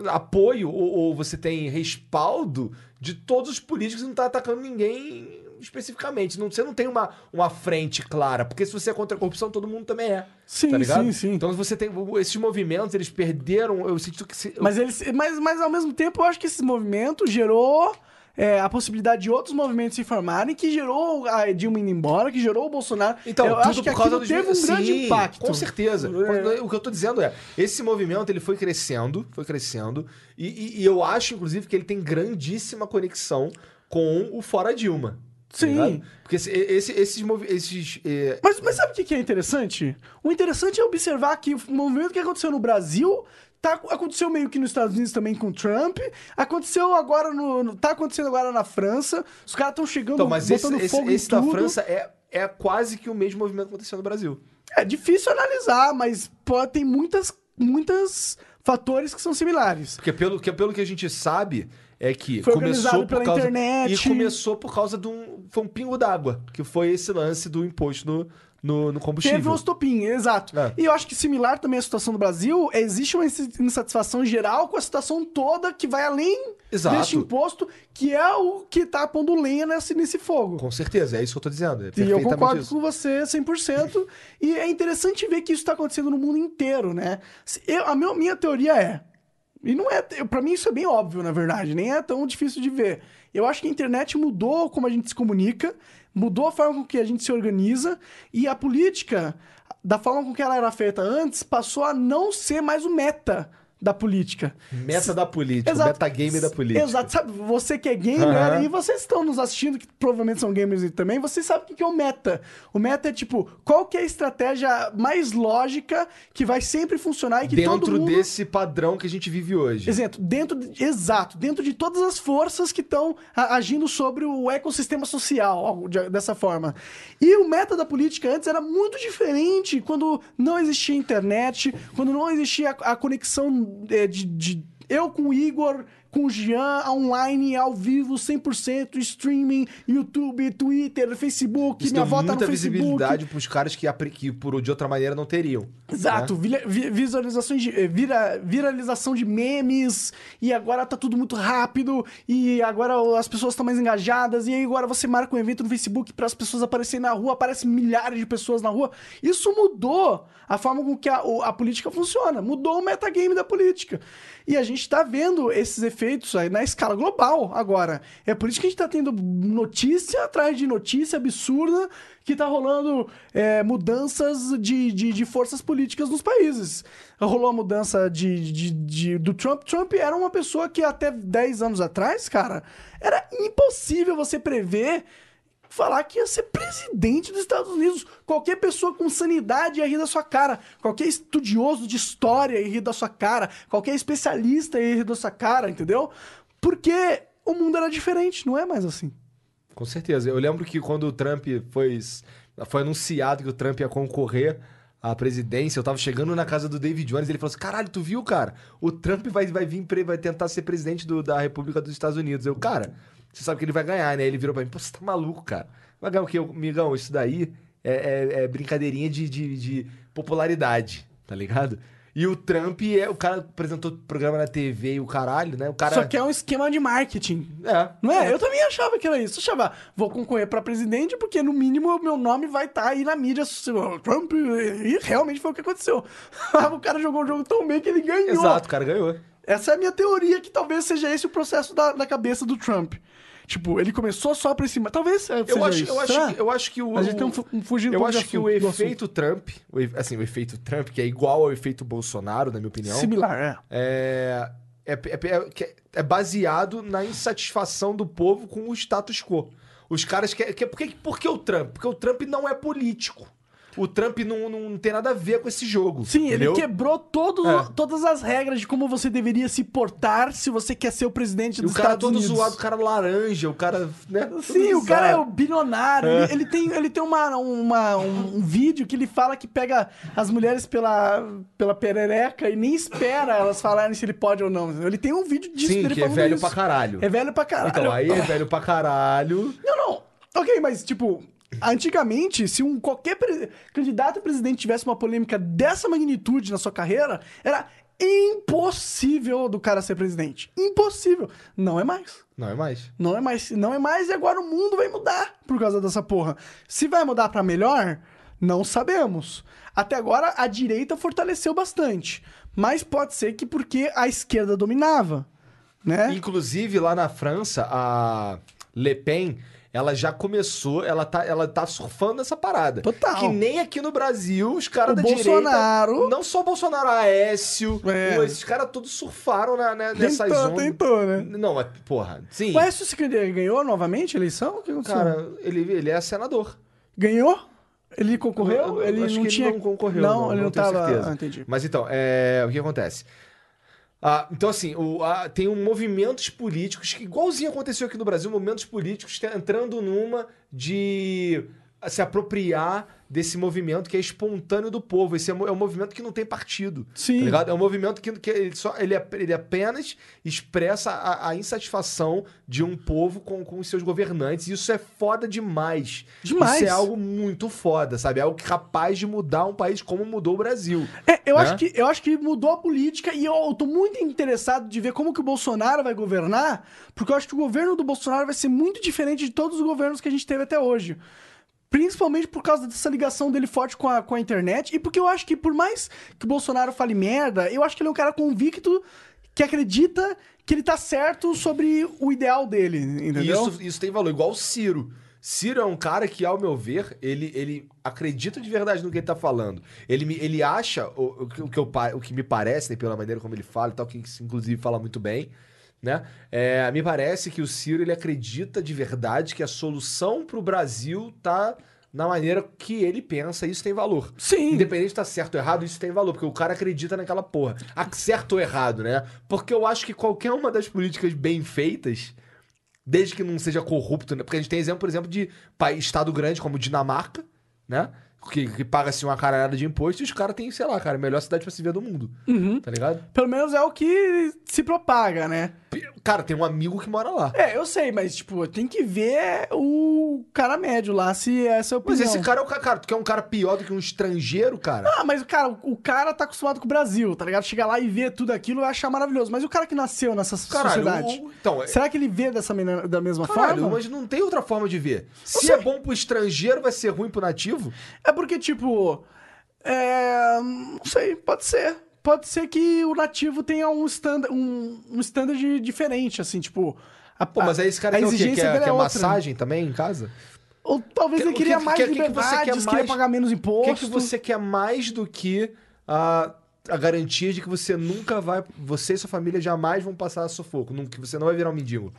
Speaker 5: apoio ou, ou você tem respaldo de todos os políticos e não tá atacando ninguém especificamente. Não, você não tem uma, uma frente clara, porque se você é contra a corrupção, todo mundo também é.
Speaker 4: Sim,
Speaker 5: tá ligado?
Speaker 4: sim, sim.
Speaker 5: Então você tem esses movimentos, eles perderam, eu sinto que se-
Speaker 4: Mas, eles, mas, mas ao mesmo tempo, eu acho que esse movimento gerou é, a possibilidade de outros movimentos se formarem, que gerou a Dilma indo embora, que gerou o Bolsonaro.
Speaker 5: Então,
Speaker 4: eu
Speaker 5: tudo
Speaker 4: acho que
Speaker 5: por causa
Speaker 4: aquilo
Speaker 5: dos-
Speaker 4: teve um grande
Speaker 5: Sim,
Speaker 4: impacto.
Speaker 5: Com certeza.
Speaker 4: É.
Speaker 5: O que eu tô dizendo é, esse movimento ele foi crescendo, foi crescendo, e, e- e eu acho, inclusive, que ele tem grandíssima conexão com o Fora Dilma. tá
Speaker 4: Sim.
Speaker 5: ligado? Porque esse- esse- esses movimentos. Esses, é,
Speaker 4: Mas, mas sabe o que que é interessante? O interessante é observar que o movimento que aconteceu no Brasil tá, aconteceu meio que nos Estados Unidos também com o Trump, aconteceu agora no, no- tá acontecendo agora na França, os caras estão chegando,
Speaker 5: então, mas esse,
Speaker 4: botando
Speaker 5: esse,
Speaker 4: fogo em
Speaker 5: esse da
Speaker 4: tudo.
Speaker 5: França é, é quase que o mesmo movimento que aconteceu no Brasil.
Speaker 4: É difícil analisar, mas pô, tem muitas, muitas fatores que são similares.
Speaker 5: Porque pelo que, pelo que a gente sabe é que
Speaker 4: Foi
Speaker 5: começou
Speaker 4: organizado
Speaker 5: por
Speaker 4: pela
Speaker 5: causa
Speaker 4: internet.
Speaker 5: e começou por causa de um foi um pingo d'água que foi esse lance do imposto no, no, no combustível.
Speaker 4: Teve um estopim, exato.
Speaker 5: É.
Speaker 4: E eu acho que similar também à situação do Brasil, existe uma insa- insatisfação geral com a situação toda que vai além
Speaker 5: Exato.
Speaker 4: deste imposto, que é o que tá pondo lenha nesse, nesse fogo.
Speaker 5: Com certeza, é isso que eu tô dizendo. É
Speaker 4: E eu
Speaker 5: perfeitamente
Speaker 4: concordo
Speaker 5: isso.
Speaker 4: com você 100%. e tá é interessante ver que isso está acontecendo no mundo inteiro, né? Se- Eu, a meu- minha teoria é. E não é. Pra mim isso é bem óbvio, na verdade. Nem é tão difícil de ver. Eu acho que a internet mudou como a gente se comunica, mudou a forma com que a gente se organiza e a política, da forma com que ela era feita antes, passou a não ser mais o meta da política.
Speaker 5: Meta da política, o
Speaker 4: Exato.
Speaker 5: metagame da política.
Speaker 4: Exato, sabe? Você que é gamer
Speaker 5: Aham.
Speaker 4: e vocês que estão nos assistindo, que provavelmente são gamers também, vocês sabem o que que é o meta. O meta é tipo, qual que é a estratégia mais lógica que vai sempre funcionar e que todo
Speaker 5: Dentro
Speaker 4: mundo...
Speaker 5: desse padrão que a gente vive hoje.
Speaker 4: Exato, dentro de, exato, dentro de todas as forças que estão a- agindo sobre o ecossistema social, algo de- dessa forma. E o meta da política antes era muito diferente quando não existia internet, quando não existia a, a conexão eh, de, de eu com o Igor, com o Jean, online, ao vivo, 100%, streaming, YouTube, Twitter, Facebook,
Speaker 5: Isso
Speaker 4: minha
Speaker 5: deu
Speaker 4: avó tá no
Speaker 5: muita
Speaker 4: Facebook.
Speaker 5: visibilidade pros caras que, apre- que por, de outra maneira não teriam. né?
Speaker 4: Exato, vila- vi- visualizações de, eh, vira- viralização de memes, e agora tá tudo muito rápido, e agora o- as pessoas estão mais engajadas, e aí agora você marca um evento no Facebook para as pessoas aparecerem na rua, aparecem milhares de pessoas na rua. Isso mudou a forma com que a, o- a política funciona, mudou o metagame da política. E a gente tá vendo esses efeitos aí na escala global agora. É por isso que a gente tá tendo notícia atrás de notícia absurda que tá rolando é, mudanças de, de, de forças políticas nos países. Rolou a mudança de, de- de- do Trump. Trump era uma pessoa que até 10 anos atrás, cara, era impossível você prever falar que ia ser presidente dos Estados Unidos. Qualquer pessoa com sanidade ia rir da sua cara. Qualquer estudioso de história ia rir da sua cara. Qualquer especialista ia rir da sua cara, entendeu? Porque o mundo era diferente, não é mais assim.
Speaker 5: Com certeza. Eu lembro que quando o Trump foi, foi anunciado que o Trump ia concorrer à presidência, eu tava chegando na casa do David Jones e ele falou assim: caralho, tu viu, cara? O Trump vai, vai vir, pre- vai tentar ser presidente do- da República dos Estados Unidos. Eu, cara, você sabe que ele vai ganhar, né? Ele virou pra mim: pô, você tá maluco, cara. Vai ganhar o quê? Eu, Migão, isso daí é, é- é brincadeirinha de, de- de popularidade, tá ligado? E o Trump é. O cara apresentou programa na TV e o caralho, né? O cara.
Speaker 4: Só que é um esquema de marketing.
Speaker 5: É.
Speaker 4: Não é? Eu também achava que era isso. Eu achava, vou concorrer pra presidente porque no mínimo o meu nome vai estar aí na mídia. se- o Trump, e realmente foi o que aconteceu. o cara jogou o jogo tão bem que ele ganhou.
Speaker 5: Exato, o cara ganhou.
Speaker 4: Essa é a minha teoria, que talvez seja esse o processo da, da cabeça do Trump. Tipo, ele começou só pra cima. Talvez é,
Speaker 5: Eu
Speaker 4: seja
Speaker 5: acho,
Speaker 4: isso.
Speaker 5: eu,
Speaker 4: Será?
Speaker 5: acho que, eu acho que o.
Speaker 4: A gente
Speaker 5: o-
Speaker 4: tá um fu- um fugindo um
Speaker 5: Eu
Speaker 4: pouco de
Speaker 5: asso- acho que o
Speaker 4: assunto, do assunto.
Speaker 5: efeito Trump, o efe- assim, o efeito Trump, que é igual ao efeito Bolsonaro, na minha opinião,
Speaker 4: Similar, é.
Speaker 5: é, é, é- é- que é- é baseado na insatisfação do povo com o status quo. Os caras que, que por, que, por que o Trump? Porque o Trump não é político. O Trump não, não tem nada a ver com esse jogo.
Speaker 4: Sim, ele
Speaker 5: entendeu?
Speaker 4: quebrou todo,
Speaker 5: É.
Speaker 4: todas as regras de como você deveria se portar se você quer ser o presidente
Speaker 5: E
Speaker 4: dos
Speaker 5: o cara
Speaker 4: Estados
Speaker 5: todo
Speaker 4: Unidos.
Speaker 5: zoado, o cara laranja, o cara. Né, todo É.
Speaker 4: Sim, o cara é
Speaker 5: bizarro.
Speaker 4: o bilionário. Ele, ele tem, ele tem uma, uma- um vídeo que ele fala que pega as mulheres pela, pela perereca e nem espera elas falarem se ele pode ou não. Ele tem um vídeo disso
Speaker 5: Sim,
Speaker 4: dele
Speaker 5: que é
Speaker 4: falando
Speaker 5: velho
Speaker 4: isso.
Speaker 5: pra caralho.
Speaker 4: É velho pra caralho.
Speaker 5: Então, aí é velho pra caralho.
Speaker 4: Não, não. Ok, mas tipo, antigamente, se um qualquer pre- candidato a presidente tivesse uma polêmica dessa magnitude na sua carreira, era impossível do cara ser presidente. Impossível. Não é mais.
Speaker 5: Não é mais.
Speaker 4: Não é mais, não é mais e agora o mundo vai mudar por causa dessa porra. Se vai mudar pra melhor, não sabemos. Até agora a direita fortaleceu bastante, mas pode ser que porque a esquerda dominava, né?
Speaker 5: Inclusive, lá na França, a Le Pen, ela já começou, ela tá, ela tá surfando essa parada.
Speaker 4: Total.
Speaker 5: Que nem aqui no Brasil, os caras
Speaker 4: O
Speaker 5: da
Speaker 4: Bolsonaro-
Speaker 5: direita... Não só o Bolsonaro, Aécio,
Speaker 4: É.
Speaker 5: o- esses caras todos surfaram na, na, nessas
Speaker 4: Tentou,
Speaker 5: ondas.
Speaker 4: tentou, né?
Speaker 5: Não, mas, porra, sim.
Speaker 4: O Aécio se ganhou novamente a eleição? O que aconteceu?
Speaker 5: Cara, ele, ele é senador.
Speaker 4: ganhou? Ele concorreu?
Speaker 5: Eu- eu
Speaker 4: ele
Speaker 5: acho
Speaker 4: não
Speaker 5: que
Speaker 4: tinha...
Speaker 5: ele não concorreu.
Speaker 4: Não, ele não,
Speaker 5: tenho
Speaker 4: tava...
Speaker 5: certeza.
Speaker 4: Ah, entendi.
Speaker 5: Mas então, é, o que acontece? Ah, então, assim, o- a- tem um movimentos políticos que, igualzinho aconteceu aqui no Brasil, movimentos políticos te- entrando numa de ah, se apropriar desse movimento que é espontâneo do povo. Esse é, mo- é um movimento que não tem partido. tá
Speaker 4: Sim.
Speaker 5: ligado? É um movimento que, que ele, só, ele, ap- ele apenas expressa a, a insatisfação de um povo com, com os seus governantes. E isso é foda demais.
Speaker 4: Demais.
Speaker 5: Isso é algo muito foda, sabe? É algo capaz de mudar um país como mudou o Brasil.
Speaker 4: É, eu,
Speaker 5: né?
Speaker 4: acho que, eu acho que mudou a política e eu, eu tô muito interessado de ver como que o Bolsonaro vai governar, porque eu acho que o governo do Bolsonaro vai ser muito diferente de todos os governos que a gente teve até hoje. Principalmente por causa dessa ligação dele forte com a, com a internet e porque eu acho que por mais que o Bolsonaro fale merda, eu acho que ele é um cara convicto que acredita que ele tá certo sobre o ideal dele,
Speaker 5: E
Speaker 4: entendeu?
Speaker 5: isso, isso tem valor, igual o Ciro. Ciro é um cara que, ao meu ver, ele, ele acredita de verdade no que ele tá falando. Ele, me- ele acha o, o que- o que eu pa- o que me parece, né, pela maneira como ele fala e tal, que inclusive fala muito bem, né? É, me parece que o Ciro ele acredita de verdade que a solução pro Brasil tá na maneira que ele pensa, e isso tem valor.
Speaker 4: Sim.
Speaker 5: Independente de estar certo ou errado, isso tem valor, porque o cara acredita naquela porra. A- Certo ou errado, né? Porque eu acho que qualquer uma das políticas bem feitas, desde que não seja corrupto, né? Porque a gente tem exemplo, por exemplo, de país, estado grande como Dinamarca, né? Que, que paga assim uma caralhada de imposto e os caras têm, sei lá, cara, a melhor cidade pra se ver do mundo. Tá ligado?
Speaker 4: Pelo menos é o que se propaga, né?
Speaker 5: P- Cara, tem um amigo que mora lá.
Speaker 4: É, eu sei, mas, tipo, tem que ver o cara médio lá, se essa é a
Speaker 5: Mas
Speaker 4: opinião.
Speaker 5: esse cara é o ca- cara, tu quer um cara pior do que um estrangeiro, cara?
Speaker 4: Ah, mas, cara, o o cara tá acostumado com o Brasil, tá ligado? Chegar lá e ver tudo aquilo vai achar maravilhoso. Mas e o cara que nasceu nessa sociedade?
Speaker 5: o- então, é-
Speaker 4: Será que ele vê dessa mena- da mesma
Speaker 5: Caralho,
Speaker 4: forma?
Speaker 5: mas não tem outra forma de ver. Se
Speaker 4: sei.
Speaker 5: é bom pro estrangeiro, vai ser ruim pro nativo?
Speaker 4: É porque, tipo. É. Não sei, pode ser. Pode ser que o nativo tenha um standard, um, um standard diferente, assim, tipo. A,
Speaker 5: Pô, mas aí esse cara
Speaker 4: a
Speaker 5: quer o quê?
Speaker 4: exigência
Speaker 5: Quer,
Speaker 4: dele
Speaker 5: quer
Speaker 4: é outra.
Speaker 5: massagem também em casa?
Speaker 4: Ou talvez
Speaker 5: Que-
Speaker 4: ele
Speaker 5: o que-
Speaker 4: queria
Speaker 5: que-
Speaker 4: mais
Speaker 5: que- que você quer
Speaker 4: liberdades, queria
Speaker 5: mais?
Speaker 4: pagar menos
Speaker 5: O que,
Speaker 4: impostos.
Speaker 5: que você quer mais do que a, a garantia de que você nunca vai. Você e sua família jamais vão passar sufoco, nunca- que você não vai virar um mendigo.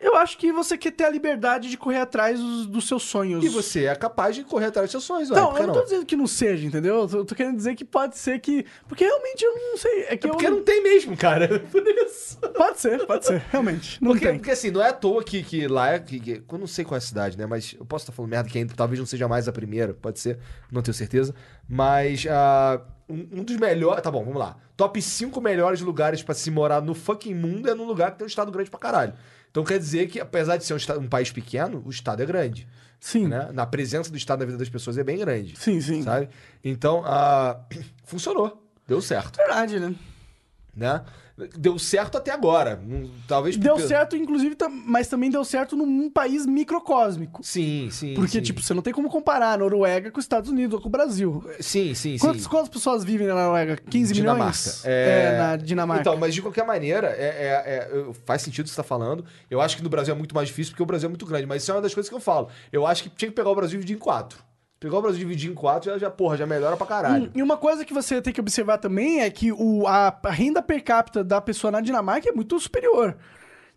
Speaker 4: Eu acho que você quer ter a liberdade de correr atrás dos, dos seus sonhos.
Speaker 5: E você Ah, é capaz de correr atrás dos seus sonhos, ué,
Speaker 4: Não,
Speaker 5: por que É
Speaker 4: eu não tô dizendo que não seja, entendeu? Eu tô, eu tô querendo dizer que pode ser que. Porque realmente eu não sei. É que
Speaker 5: É
Speaker 4: eu.
Speaker 5: porque não tem mesmo, cara. Por isso.
Speaker 4: Pode ser, pode ser, realmente. Não
Speaker 5: Porque,
Speaker 4: tem.
Speaker 5: porque, assim, não é à toa que, que lá é. Que, que- eu não sei qual é a cidade, né? Mas eu posso estar falando merda que ainda talvez não seja mais a primeira, pode ser, não tenho certeza. Mas ah, um, um dos melhores. Tá bom, vamos lá. Top 5 melhores lugares pra se morar no fucking mundo é num lugar que tem um estado grande pra caralho. Então quer dizer que, apesar de ser um, esta- um país pequeno, o estado é grande.
Speaker 4: Sim.
Speaker 5: Né? Na presença do estado na vida das pessoas é bem grande.
Speaker 4: Sim, sim.
Speaker 5: Sabe? Então, ah, funcionou. Deu certo,
Speaker 4: Verdade, né?
Speaker 5: né? Deu certo até agora. Não- Talvez
Speaker 4: Deu certo, inclusive, tam- mas também deu certo num país microcósmico.
Speaker 5: Sim, sim.
Speaker 4: Porque,
Speaker 5: sim.
Speaker 4: tipo, você não tem como comparar a Noruega com os Estados Unidos ou com o Brasil.
Speaker 5: Sim, sim,
Speaker 4: Quantas,
Speaker 5: sim.
Speaker 4: quantas pessoas vivem na Noruega? 15
Speaker 5: Dinamarca.
Speaker 4: milhões?
Speaker 5: É-
Speaker 4: na Dinamarca.
Speaker 5: Então, mas de qualquer maneira, é- é- é- eu- faz sentido o que você tá falando. Eu acho que no Brasil é muito mais difícil porque o Brasil é muito grande, mas isso é uma das coisas que eu falo. Eu acho que tinha que pegar o Brasil e dividir em quatro. Pegar o Brasil e dividir em quatro, já, já, porra, já melhora pra caralho.
Speaker 4: Hum, E uma coisa que você tem que observar também é que o, a, a renda per capita da pessoa na Dinamarca é muito superior.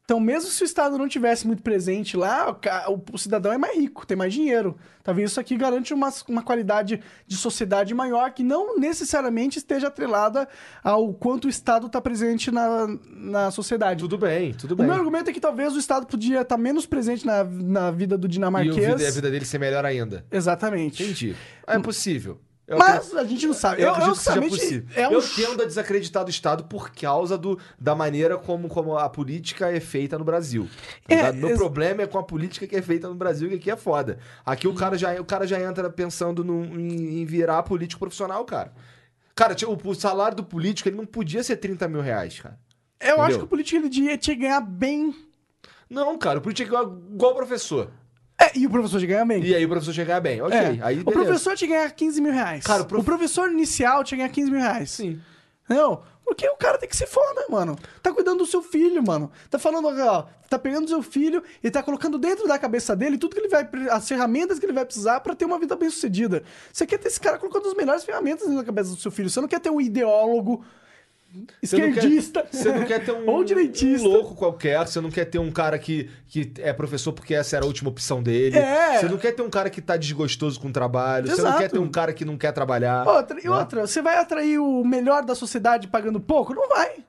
Speaker 4: Então, mesmo se o Estado não tivesse muito presente lá, o, ca- o- o cidadão é mais rico, tem mais dinheiro. Talvez isso aqui garante uma, uma qualidade de sociedade maior que não necessariamente esteja atrelada ao quanto o Estado está presente na, na sociedade.
Speaker 5: Tudo bem, tudo
Speaker 4: o
Speaker 5: bem.
Speaker 4: meu argumento é que talvez o Estado podia estar menos presente na, na vida do
Speaker 5: E o
Speaker 4: dinamarquês.
Speaker 5: vida, a vida dele ser melhor ainda.
Speaker 4: Exatamente.
Speaker 5: Entendi. É possível. Eu
Speaker 4: Mas a gente não sabe.
Speaker 5: Eu,
Speaker 4: Eu, eu,
Speaker 5: acredito que seja
Speaker 4: sinceramente,
Speaker 5: possível.
Speaker 4: é um
Speaker 5: eu
Speaker 4: ch-
Speaker 5: tendo a desacreditar do Estado por causa do, da maneira como, como a política é feita no Brasil. tá
Speaker 4: É,
Speaker 5: ligado? Meu
Speaker 4: ex-
Speaker 5: problema é com a política que é feita no Brasil, que aqui é foda. Aqui o cara já, o cara já entra pensando num- em, em virar político profissional, cara. Cara, tinha- o, o salário do político ele não podia ser 30 mil reais, cara.
Speaker 4: Eu acho
Speaker 5: Entendeu?
Speaker 4: que o político ele tinha tinha que ganhar bem.
Speaker 5: Não, cara, o político é igual- igual o professor.
Speaker 4: É, e o professor tinha que ganhar bem.
Speaker 5: E aí o professor chegar bem. Ok,
Speaker 4: É.
Speaker 5: aí beleza.
Speaker 4: o professor tinha que ganhar 15 mil reais.
Speaker 5: Cara, o prof-
Speaker 4: o professor inicial tinha que ganhar 15 mil reais.
Speaker 5: Sim.
Speaker 4: Não, porque o cara tem que ser foda, mano. Tá cuidando do seu filho, mano. Tá falando, ó, tá pegando o seu filho e tá colocando dentro da cabeça dele tudo que ele vai. pre- as ferramentas que ele vai precisar pra ter uma vida bem sucedida. Você quer ter esse cara colocando as melhores ferramentas dentro da cabeça do seu filho. Você não quer ter um ideólogo
Speaker 5: Você não quer-
Speaker 4: esquerdista.
Speaker 5: Você não quer ter um,
Speaker 4: Ou direitista.
Speaker 5: um louco qualquer, você não quer ter um cara que, que é professor porque essa era a última opção dele.
Speaker 4: É.
Speaker 5: Você não quer ter um cara que tá desgostoso com o trabalho, você não
Speaker 4: Exato.
Speaker 5: quer ter um cara que não quer trabalhar.
Speaker 4: Outra, e
Speaker 5: né?
Speaker 4: outra, você vai atrair o melhor da sociedade pagando pouco? Não vai.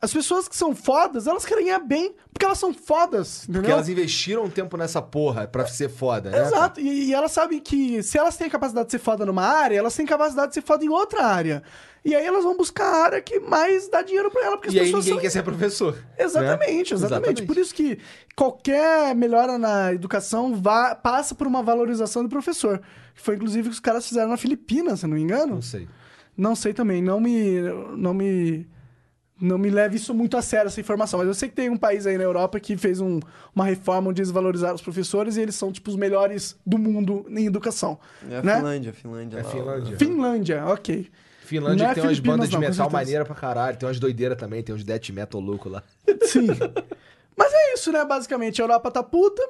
Speaker 4: As pessoas que são fodas, elas querem ganhar bem, porque elas são fodas, entendeu?
Speaker 5: Porque elas investiram um tempo nessa porra pra ser foda, né?
Speaker 4: Exato, e, e elas sabem que se elas têm a capacidade de ser foda numa área, elas têm capacidade de ser foda em outra área. E aí elas vão buscar a área que mais dá dinheiro pra ela, porque as
Speaker 5: E aí
Speaker 4: pessoas
Speaker 5: ninguém
Speaker 4: são assim.
Speaker 5: quer ser professor.
Speaker 4: Exatamente, exatamente,
Speaker 5: né?
Speaker 4: Por isso que qualquer melhora na educação vá, passa por uma valorização do professor. Que foi inclusive o que os caras fizeram na Filipina, se eu não me engano.
Speaker 5: Não sei.
Speaker 4: Não sei também, não me. Não me. Não me leve isso muito a sério, essa informação. Mas eu sei que tem um país aí na Europa que fez um- uma reforma onde eles valorizaram os professores e eles são, tipo, os melhores do mundo em educação.
Speaker 6: É a
Speaker 4: né?
Speaker 6: Finlândia, a Finlândia.
Speaker 5: É
Speaker 6: lá,
Speaker 5: Finlândia.
Speaker 4: Finlândia, ok.
Speaker 5: Finlândia
Speaker 4: Não é
Speaker 5: tem umas
Speaker 4: Filipinas,
Speaker 5: bandas de
Speaker 4: não, com
Speaker 5: metal
Speaker 4: certeza.
Speaker 5: maneira pra caralho. Tem umas doideiras também, tem uns death metal louco lá.
Speaker 4: Sim. Mas é isso, né? Basicamente, a Europa tá puta.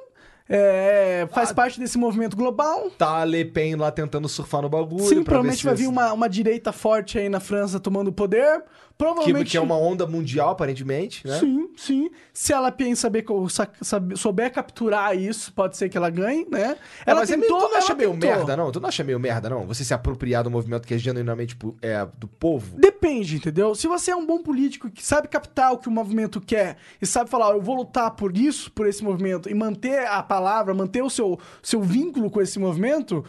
Speaker 4: é, faz
Speaker 5: Ah.
Speaker 4: parte desse movimento global.
Speaker 5: Tá a Le Pen lá tentando surfar no bagulho.
Speaker 4: Sim,
Speaker 5: pra ver
Speaker 4: provavelmente
Speaker 5: se-
Speaker 4: vai vir uma, uma direita forte aí na França tomando poder.
Speaker 5: Que,
Speaker 4: Provavelmente.
Speaker 5: que é uma onda mundial, aparentemente, né?
Speaker 4: Sim, sim. Se ela pensa saber, co- sa- saber- souber capturar isso, pode ser que ela ganhe, né?
Speaker 5: É,
Speaker 4: Ela
Speaker 5: mas é meio-
Speaker 4: tentou,
Speaker 5: tu não acha
Speaker 4: ela
Speaker 5: meio
Speaker 4: tentou.
Speaker 5: merda, não? Tu não acha meio merda, não? Você se apropriar do movimento que é genuinamente pu- é, do povo?
Speaker 4: Depende, entendeu? Se você é um bom político que sabe captar o que o movimento quer e sabe falar, "Ó, eu vou lutar por isso, por esse movimento, e manter a palavra, manter o seu, seu vínculo com esse movimento,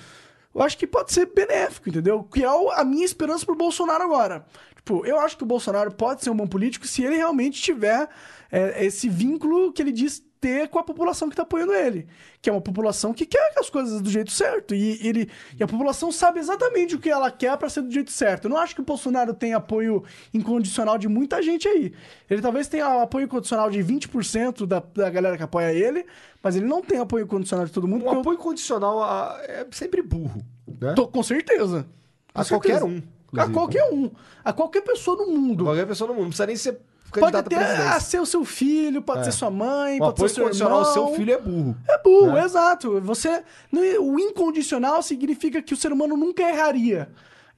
Speaker 4: eu acho que pode ser benéfico, entendeu? Que é o- a minha esperança pro Bolsonaro agora. Tipo, eu acho que o Bolsonaro pode ser um bom político se ele realmente tiver é, esse vínculo que ele diz ter com a população que tá apoiando ele. Que é uma população que quer as coisas do jeito certo. E, ele, e a população sabe exatamente o que ela quer pra ser do jeito certo. Eu não acho que o Bolsonaro tenha apoio incondicional de muita gente aí. Ele talvez tenha apoio condicional de 20% da, da galera que apoia ele, mas ele não tem apoio condicional de todo mundo.
Speaker 5: Um
Speaker 4: porque eu
Speaker 5: apoio condicional a- é sempre burro, né?
Speaker 4: tô- com certeza. Com
Speaker 5: A
Speaker 4: certeza.
Speaker 5: qualquer um.
Speaker 4: A
Speaker 5: inclusive.
Speaker 4: qualquer um. A qualquer pessoa no mundo.
Speaker 5: Qualquer pessoa no mundo. Não precisa nem ser
Speaker 4: Pode
Speaker 5: candidato
Speaker 4: até
Speaker 5: à
Speaker 4: a
Speaker 5: presidência.
Speaker 4: ser o seu filho, pode ser sua mãe,
Speaker 5: Um
Speaker 4: pode ser
Speaker 5: apoio
Speaker 4: seu
Speaker 5: condicional
Speaker 4: irmão.
Speaker 5: ao assim, seu filho é burro.
Speaker 4: É burro, exato. Você, no- o incondicional significa que o ser humano nunca erraria.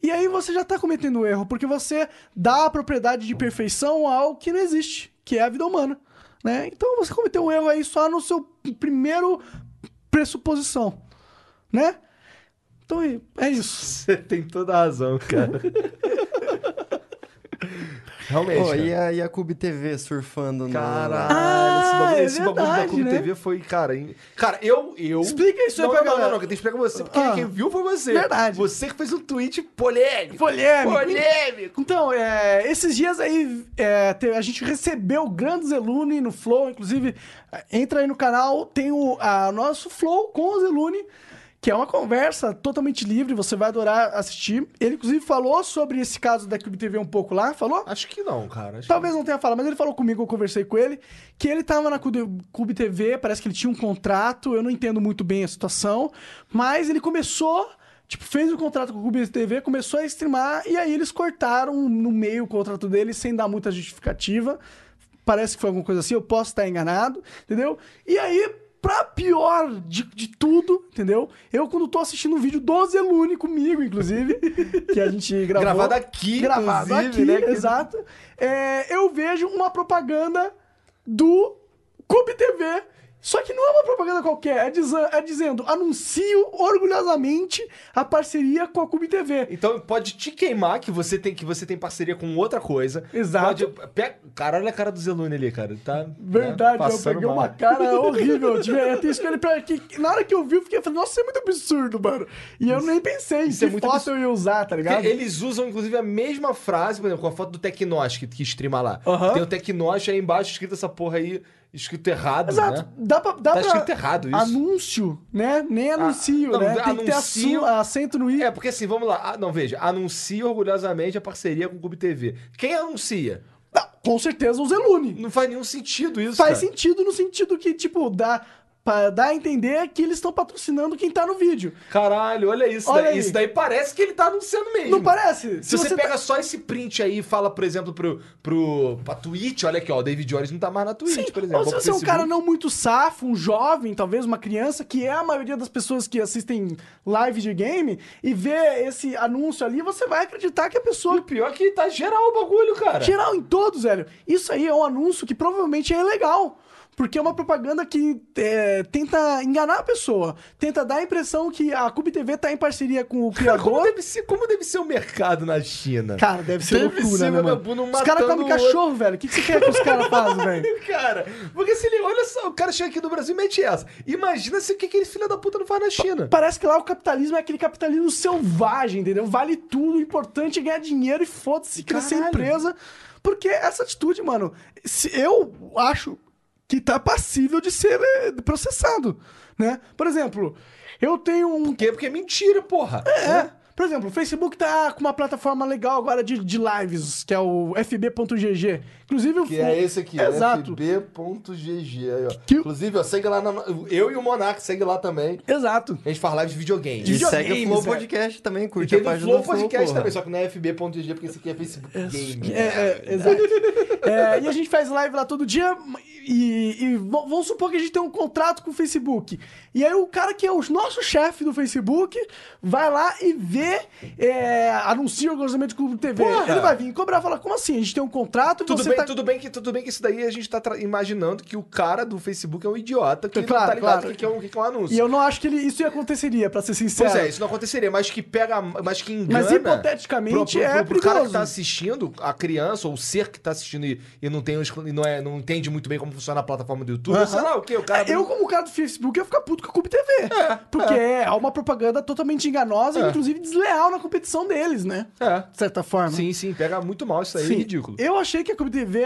Speaker 4: E aí você já tá cometendo um erro, porque você dá a propriedade de perfeição ao que não existe, que é a vida humana. Né? Então você cometeu um erro aí só no seu primeiro pressuposição. Né? Então é- é isso.
Speaker 5: Você tem toda a razão, cara. Realmente,
Speaker 6: Pô,
Speaker 5: cara.
Speaker 6: e a, e a Cube TV surfando
Speaker 5: Caralho,
Speaker 4: Ah,
Speaker 5: esse bagulho,
Speaker 4: é
Speaker 5: esse bagulho da
Speaker 4: verdade,
Speaker 5: Clube
Speaker 4: né?
Speaker 5: TV foi, cara. in- Cara, eu. eu...
Speaker 4: Explica isso aí
Speaker 5: não,
Speaker 4: pra
Speaker 5: não, não,
Speaker 4: galera.
Speaker 5: não, quem tem que explicar é você, porque
Speaker 4: Ah,
Speaker 5: quem viu foi você.
Speaker 4: verdade.
Speaker 5: Você que fez um tweet polêmico.
Speaker 4: Polêmico.
Speaker 5: Polêmico.
Speaker 4: Então, é, esses dias aí é, te- a gente recebeu grandes Zelune no Flow, inclusive, é, entra aí no canal, tem o a nosso Flow com o Zelune, que é uma conversa totalmente livre, você vai adorar assistir. Ele, inclusive, falou sobre esse caso da Cube TV um pouco lá, falou?
Speaker 5: Acho que não, cara. Acho
Speaker 4: Talvez não tenha falado, mas ele falou comigo, eu conversei com ele, que ele tava na Cube Cube TV, parece que ele tinha um contrato, eu não entendo muito bem a situação, mas ele começou, tipo, fez o contrato com a Cube TV, começou a streamar, e aí eles cortaram no meio o contrato dele sem dar muita justificativa. Parece que foi alguma coisa assim, eu posso estar enganado, entendeu? E aí, pra pior de, de tudo, entendeu? Eu, quando tô assistindo um vídeo do Zelune comigo, inclusive, que a gente gravou.
Speaker 5: Gravado aqui,
Speaker 4: Gravado
Speaker 5: inclusive,
Speaker 4: aqui,
Speaker 5: né? Que-
Speaker 4: exato. É, eu vejo uma propaganda do Cube TV. Só que não é uma propaganda qualquer, é, diza- é dizendo, anuncio orgulhosamente a parceria com a Cube TV.
Speaker 5: Então pode te queimar que você tem que você tem parceria com outra coisa.
Speaker 4: Exato.
Speaker 5: Pode, pega, cara, olha a cara do Zelune ali, cara. Ele Tá né,
Speaker 4: Verdade, eu
Speaker 5: passando
Speaker 4: peguei
Speaker 5: mal.
Speaker 4: uma cara horrível. Tive, eu tenho escolha pra que Na hora que eu vi, eu fiquei falando, nossa, isso é muito absurdo, mano. E eu nem pensei
Speaker 5: Isso
Speaker 4: se
Speaker 5: é muito
Speaker 4: foto
Speaker 5: absurdo.
Speaker 4: eu ia usar, tá ligado?
Speaker 5: Porque Eles usam, inclusive, a mesma frase, por exemplo, com a foto do Tecnos que, que streama lá.
Speaker 4: Aham.
Speaker 5: Tem o Tecnos aí embaixo escrito essa porra aí, escrito errado,
Speaker 4: Exato.
Speaker 5: né?
Speaker 4: Dá pra, dá
Speaker 5: Tá
Speaker 4: pra-
Speaker 5: escrito errado isso. Ah,
Speaker 4: Anúncio, né? Nem anuncio,
Speaker 5: não,
Speaker 4: né? Tem que ter assu-
Speaker 5: anuncio-
Speaker 4: acento no i.
Speaker 5: É, porque assim, vamos lá. Ah, não, veja, anuncia orgulhosamente a parceria com o Clube TV. Quem anuncia?
Speaker 4: Não, com certeza o Zelune.
Speaker 5: Não faz nenhum sentido isso.
Speaker 4: Faz
Speaker 5: cara.
Speaker 4: sentido no sentido que, tipo, dá pra dar a entender que eles estão patrocinando quem tá no vídeo.
Speaker 5: Caralho, olha isso
Speaker 4: Olha
Speaker 5: daí.
Speaker 4: aí.
Speaker 5: Isso daí parece que ele tá anunciando mesmo.
Speaker 4: Não parece?
Speaker 5: Se, você,
Speaker 4: tá-
Speaker 5: pega só esse print aí e fala, por exemplo, pro, pro, pra Twitch, olha aqui, ó, o David Jones não tá mais na Twitch,
Speaker 4: Sim,
Speaker 5: por exemplo.
Speaker 4: Ou se
Speaker 5: pro
Speaker 4: você é um
Speaker 5: Facebook.
Speaker 4: cara não muito safo, um jovem, talvez uma criança, que é a maioria das pessoas que assistem live de game, e vê esse anúncio ali, você vai acreditar que a
Speaker 5: E
Speaker 4: pessoa
Speaker 5: o pior é que tá geral o bagulho, cara.
Speaker 4: Geral em todos, velho. Isso aí é um anúncio que provavelmente é ilegal. Porque é uma propaganda que é, tenta enganar a pessoa. Tenta dar a impressão que a Cube TV tá em parceria com o
Speaker 5: Como
Speaker 4: criador.
Speaker 5: deve, ser, como deve ser o mercado na China?
Speaker 4: Cara, deve ser
Speaker 5: Deve
Speaker 4: loucura,
Speaker 5: ser
Speaker 4: né, mano?
Speaker 5: vagabundo
Speaker 4: Os caras
Speaker 5: matando
Speaker 4: comem
Speaker 5: o
Speaker 4: cachorro, velho. O que, que você quer que os caras façam, velho?
Speaker 5: Cara, porque se ele olha só, o cara chega aqui do Brasil e mete essa. Imagina se o que aquele filho da puta não faz na China.
Speaker 4: Parece que lá o capitalismo é aquele capitalismo selvagem, entendeu? Vale tudo, o importante é ganhar dinheiro e foda-se, crescer a
Speaker 5: Caralho.
Speaker 4: empresa. Porque essa atitude, mano, se- eu acho que tá passível de ser eh, processado, né? Por exemplo, eu tenho um...
Speaker 5: Por quê? Porque é mentira, porra.
Speaker 4: É, Por exemplo, o Facebook tá com uma plataforma legal agora de, de lives, que é o fb.gg. Inclusive,
Speaker 5: Que
Speaker 4: o...
Speaker 5: é esse aqui,
Speaker 4: Exato.
Speaker 5: fb.gg. aí, ó.
Speaker 4: Que-
Speaker 5: Inclusive, ó, segue lá. na- eu e o Monark segue lá também.
Speaker 4: Exato.
Speaker 5: A gente faz live de videogame.
Speaker 6: E segue o
Speaker 4: videogames,
Speaker 6: Flow
Speaker 4: cara.
Speaker 6: Podcast também,
Speaker 5: E
Speaker 6: curte
Speaker 5: tem
Speaker 6: a
Speaker 5: do
Speaker 6: página
Speaker 5: Flow
Speaker 6: do Flow,
Speaker 5: Podcast
Speaker 6: porra.
Speaker 5: também, só que não é fb.gg, porque esse aqui é Facebook Game.
Speaker 4: É, é, exato. É, e a gente faz live lá todo dia e, e v- vamos supor que a gente tem um contrato com o Facebook. E aí o cara que é o nosso chefe do Facebook vai lá e vê, é, anuncia o lançamento do Clube de TV.
Speaker 5: Porra!
Speaker 4: Ele vai vir cobrar e falar, como assim? A gente tem um contrato e
Speaker 5: Tudo
Speaker 4: você
Speaker 5: bem,
Speaker 4: tá...
Speaker 5: tudo, bem que, tudo bem que isso daí a gente tá tra- imaginando que o cara do Facebook é um idiota que
Speaker 4: Claro,
Speaker 5: não tá ligado o
Speaker 4: claro.
Speaker 5: que, que é um, o que, que é um anúncio.
Speaker 4: E eu não acho que ele- isso aconteceria, pra ser sincero.
Speaker 5: Pois é, isso não aconteceria, mas que pega, mas que engana.
Speaker 4: Mas hipoteticamente
Speaker 5: pro, pro,
Speaker 4: é
Speaker 5: pro, pro cara que
Speaker 4: perigoso.
Speaker 5: tá assistindo, a criança ou o ser que tá assistindo e, e não tem os- e não é, não entende muito bem como funciona a plataforma do YouTube, sei lá o que, o cara
Speaker 4: É, Eu, como cara do Facebook, ia ficar puto com a Cube TV. porque é. uma propaganda totalmente enganosa e,
Speaker 5: É.
Speaker 4: inclusive, desleal na competição deles, né?
Speaker 5: É.
Speaker 4: De certa forma.
Speaker 5: Sim, sim, pega muito mal isso aí,
Speaker 4: Sim.
Speaker 5: é ridículo.
Speaker 4: Eu achei que a Clube TV